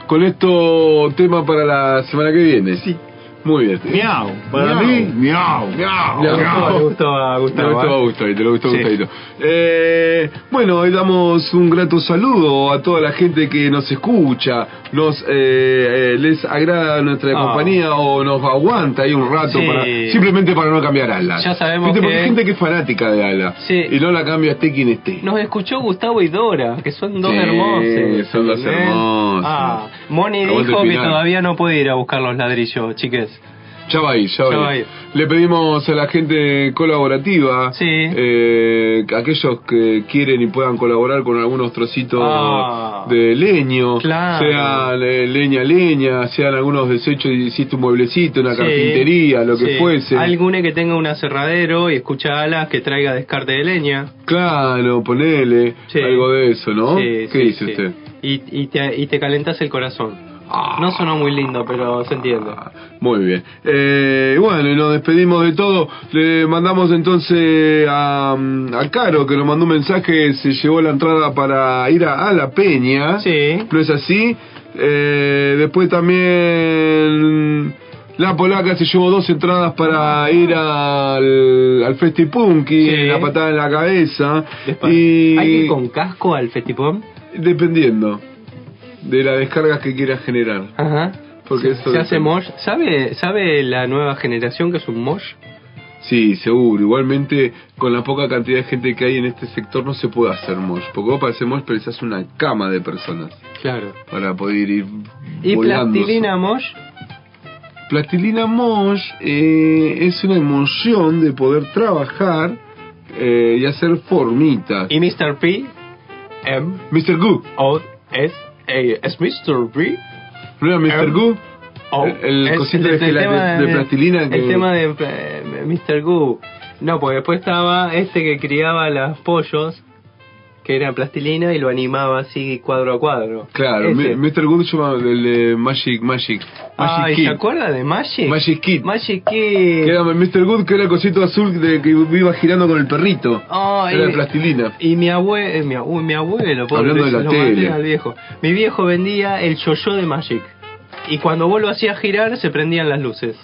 C: Con esto, tema para la semana que viene. Sí. Muy bien.
D: Miau.
E: Para mí, miau, miau,
C: Le
E: miau.
C: gustó, ¿eh?
D: a
C: Gustavo. Le gustó a Gustavito, le gustó a
E: Sí.
C: Gustavito. Eh, bueno, hoy damos un grato saludo a toda la gente que nos escucha, nos eh, eh, les agrada nuestra
D: Ah.
C: compañía o nos aguanta ahí un rato
D: Sí.
C: para simplemente para no cambiar alas.
D: Ya sabemos
C: ¿Viste? Porque
D: que-
C: hay gente que es fanática de alas y no la cambia esté quien esté.
D: Nos escuchó Gustavo y Dora, que son dos
C: Sí,
D: hermosos.
C: son dos
D: ¿entendés?
C: hermosos.
D: Ah, Moni
C: Aguante
D: dijo
C: el
D: que
C: final.
D: todavía no puede ir a buscar los ladrillos, chiques.
C: Ya va a ir, ya va,
D: Ya
C: a
D: va a
C: ir.
D: ir.
C: Le pedimos a la gente colaborativa, eh, aquellos que quieren y puedan colaborar con algunos trocitos
D: Ah.
C: de leño,
D: Claro.
C: sean eh, leña, leña, sean algunos desechos, hiciste un mueblecito, una
D: Sí.
C: carpintería, lo que
D: Sí.
C: fuese.
D: Alguna que tenga un aserradero y escucha alas que traiga descarte de leña.
C: Claro, ponele
D: Sí.
C: algo de eso, ¿no?
D: Sí,
C: ¿Qué
D: sí,
C: dice
D: sí.
C: usted? Ah.
D: Y, y te, y te calentas el corazón. No sonó muy lindo, pero se entiende.
C: Muy bien. Eh, bueno, y nos despedimos de todo. Le mandamos entonces a, mm, a Caro, que nos mandó un mensaje, se llevó la entrada para ir a, a La Peña. ¿No es así? Eh, después también mm, la polaca se llevó dos entradas para ir al, al Festipunky, la patada en la cabeza. Y...
D: ¿Hay que ir con casco al festipón?
C: Dependiendo de las descargas que quieras generar.
D: Ajá.
C: Porque
D: se,
C: eso
D: se hace
C: depende.
D: mosh. ¿Sabe, ¿Sabe la nueva generación que es un mosh?
C: Sí, seguro. Igualmente, con la poca cantidad de gente que hay en este sector, no se puede hacer mosh. Porque vos para hacer mosh precisas una cama de personas
D: Claro.
C: para poder ir
D: ¿Y
C: volándose.
D: plastilina mosh?
C: Plastilina mosh eh, es una emoción de poder trabajar eh, y hacer formitas.
D: ¿Y Mr. P? M.
C: Mr. Goo.
D: O. S. A. ¿Es Mr. P?
C: ¿No era Mr.
D: M.
C: Goo?
D: O.
C: El- el
D: Es
C: cosito este de gela-
D: Oh, tema
C: de- de plastilina que-
D: El tema de eh, Mr. Goo. No, porque después estaba este que criaba los pollos, que era plastilina y lo animaba así cuadro a cuadro.
C: Claro,
D: Ese.
C: mi- Mr. Goo se llama el de Magic Magic. Magic
D: Ay,
C: Kid.
D: ¿se acuerda de Magic?
C: Magic Kid.
D: Magic Kid.
C: Que era Mr. Good, que era el cosito azul de que iba girando con el perrito.
D: Oh,
C: era
D: y-
C: de plastilina.
D: Y mi abuelo, mi, abu- mi abuelo, pobre,
C: Hablando de la
D: lo mandé
C: tele.
D: al viejo. Mi viejo vendía el yo-yo de Magic. Y cuando vos lo hacías girar, se prendían las luces.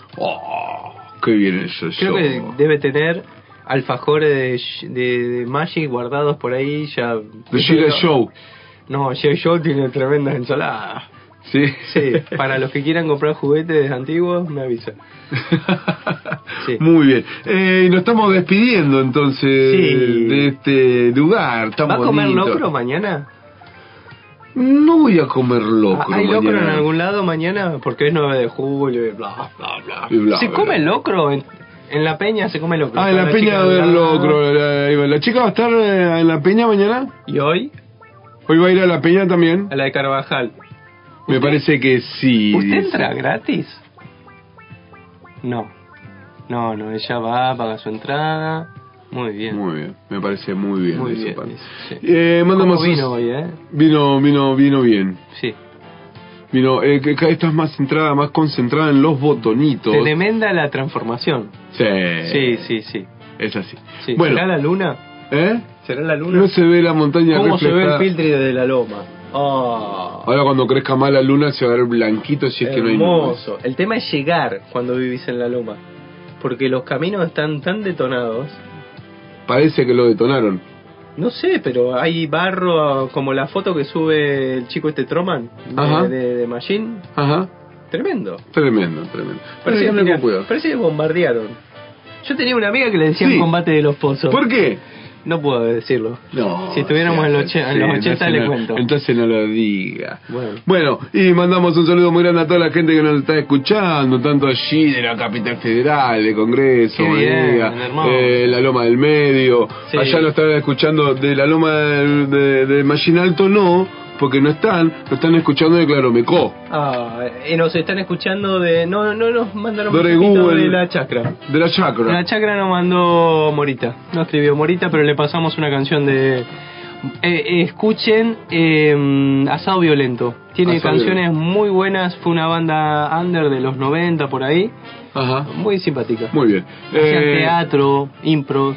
C: Qué bien eso,
D: Oh, Creo que debe tener alfajores de, sh- de, de Magic guardados por ahí ya.
C: The Sheila Show.
D: No, G.I. Joe tiene tremenda ensalada.
C: Sí.
D: Sí, para los que quieran comprar juguetes antiguos, me avisan.
C: Muy bien. Eh, y nos estamos despidiendo entonces
D: Sí.
C: de este lugar. Tan
D: ¿Va a comer
C: bonito.
D: locro mañana?
C: No voy a comer locro.
D: Ah, ¿Hay locro en
C: mañana.
D: algún lado mañana? Porque es 9 de julio y bla, bla, bla.
C: Y bla,
D: ¿Se
C: bla.
D: come locro? En, en la peña se come locro.
C: Ah, en la,
D: chica
C: peña
D: de
C: del
D: la-
C: locro. La, ahí va. ¿La chica va a estar eh, en la peña mañana?
D: ¿Y hoy?
C: Hoy va a ir a la peña también.
D: A la de Carvajal.
C: Me parece que sí.
D: ¿Usted
C: dice.
D: entra gratis? No. No, no, ella va, paga su entrada. Muy bien.
C: Muy bien, me parece muy bien.
D: Muy
C: de su
D: bien,
C: parte.
D: sí.
C: Eh, mandamos
D: ¿Cómo vino hoy, eh?
C: Vino, vino, vino bien.
D: Sí.
C: Vino, eh, que- que esta es más centrada, más concentrada en los botonitos.
D: Tremenda la transformación.
C: Sí.
D: Sí, sí, sí.
C: Es así.
D: Sí.
C: Eh. Bueno.
D: ¿Será la luna?
C: ¿Eh?
D: ¿Será la luna?
C: No se ve la montaña
D: ¿Cómo se ve el
C: reflejada.
D: filtro de la loma? Oh,
C: Ahora cuando crezca más la luna se va a ver blanquito si es que no hay nubes.
D: hermoso. El tema es llegar cuando vivís en la loma. Porque los caminos están tan detonados.
C: Parece que lo detonaron.
D: No sé, pero hay barro como la foto que sube el chico este Troman
C: Ajá.
D: de, de, de Machine.
C: Ajá.
D: Tremendo.
C: Tremendo, tremendo.
D: Parece,
C: Pero
D: mira,
C: no puedo.
D: parece que bombardearon. Yo tenía una amiga que le decían
C: Sí.
D: combate de los pozos.
C: ¿Por qué?
D: No puedo decirlo.
C: No.
D: Si estuviéramos en los
C: sí,
D: oche- en los
C: entonces
D: 80 le
C: no-
D: cuento.
C: Entonces no lo diga.
D: Bueno.
C: Bueno, y mandamos un saludo muy grande a toda la gente que nos está escuchando, tanto allí de la capital federal, de Congreso,
D: Qué bien,
C: Bodega,
D: hermoso.
C: eh, la Loma del Medio,
D: Sí.
C: allá lo estaban escuchando de la Loma del- de, de Machín Alto, no, porque no están, lo están escuchando de Claromecó,
D: Ah, eh, nos están escuchando de... No, no nos mandaron
C: Dore
D: mensajito
C: Google.
D: de la chacra.
C: de la Chacra.
D: La chacra nos mandó Morita. No escribió Morita, pero le pasamos una canción de... Eh, escuchen eh, Asado Violento. Tiene
C: Asado
D: canciones muy buenas. Fue una banda under de los 90 por ahí.
C: Ajá.
D: Muy simpática.
C: Muy bien.
D: Hacían
C: Eh,
D: teatro, impros.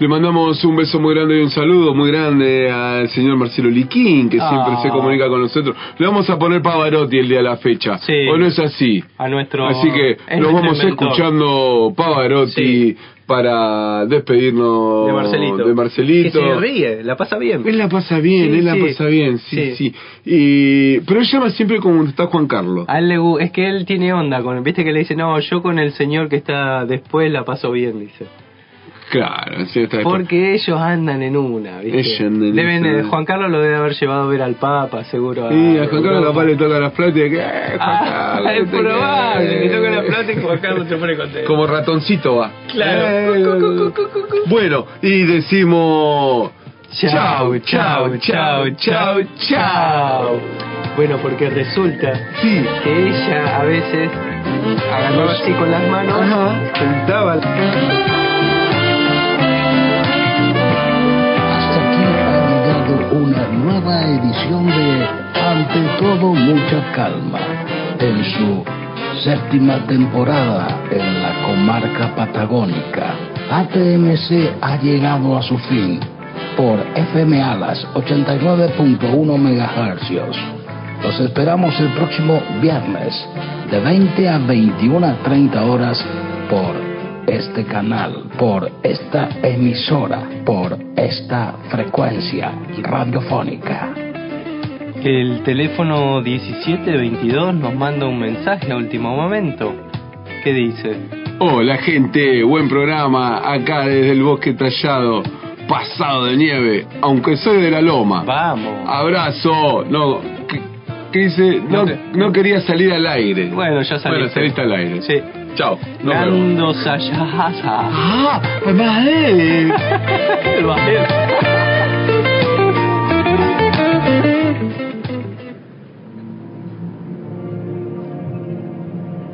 C: Le mandamos un beso muy grande y un saludo muy grande al señor Marcelo Liquín, que
D: Ah.
C: siempre se comunica con nosotros. Le vamos a poner Pavarotti el día de la fecha.
D: Sí.
C: ¿O no es así?
D: A nuestro...
C: Así que
D: es
C: nos
D: nuestro
C: vamos
D: inventor.
C: escuchando Pavarotti para despedirnos
D: De Marcelito.
C: de Marcelito.
D: Que se ríe, la pasa bien.
C: Él la pasa bien,
D: Sí,
C: él la
D: sí.
C: pasa bien, sí,
D: Sí.
C: sí. Y, pero él llama siempre como está Juan Carlos.
D: A él le gu- es que él tiene onda con, viste que le dice, no, yo con el señor que está después la paso bien, dice.
C: Claro, sí, está después.
D: Porque ellos andan en una, viste.
C: Ellos andan en
D: Deben,
C: una.
D: eh, Juan Carlos lo debe haber llevado a ver al Papa, seguro.
C: Y a Juan Carlos
D: Europa.
C: capaz le toca la plata y que, eh, Juan
D: Ah,
C: Carlos,
D: es
C: viste
D: probable,
C: que-
D: le toca la plata y Juan Carlos se pone contento.
C: Como ratoncito va.
D: Claro.
C: Eh,
D: Cu, cu, cu, cu, cu, cu.
C: Bueno, y decimos...
D: Chau, chau, chau, chau, chau. Bueno, porque resulta
C: Sí.
D: que ella a veces agarraba así con las manos, juntaba
A: Hasta aquí ha llegado una nueva edición de Ante todo mucha calma en su séptima temporada en la comarca patagónica. ATMC ha llegado a su fin por FM Alas 89.1 MHz. Los esperamos el próximo viernes de 20 a 21 a 30 horas por este canal, por esta emisora, por esta frecuencia radiofónica.
D: El teléfono 1722 nos manda un mensaje a último momento. ¿Qué dice?
C: Hola gente, buen programa, acá desde el bosque tallado, pasado de nieve, aunque soy de la loma.
D: Vamos.
C: Abrazo, no, ¿qué, qué dice? No,
D: No te-
C: no quería salir al aire.
D: Bueno, ya saliste.
C: Bueno, saliste al aire.
D: Sí.
C: Chao. nos vemos.
D: Nando Sayasa.
C: Ah, pues me vas a ver.
D: El bajero.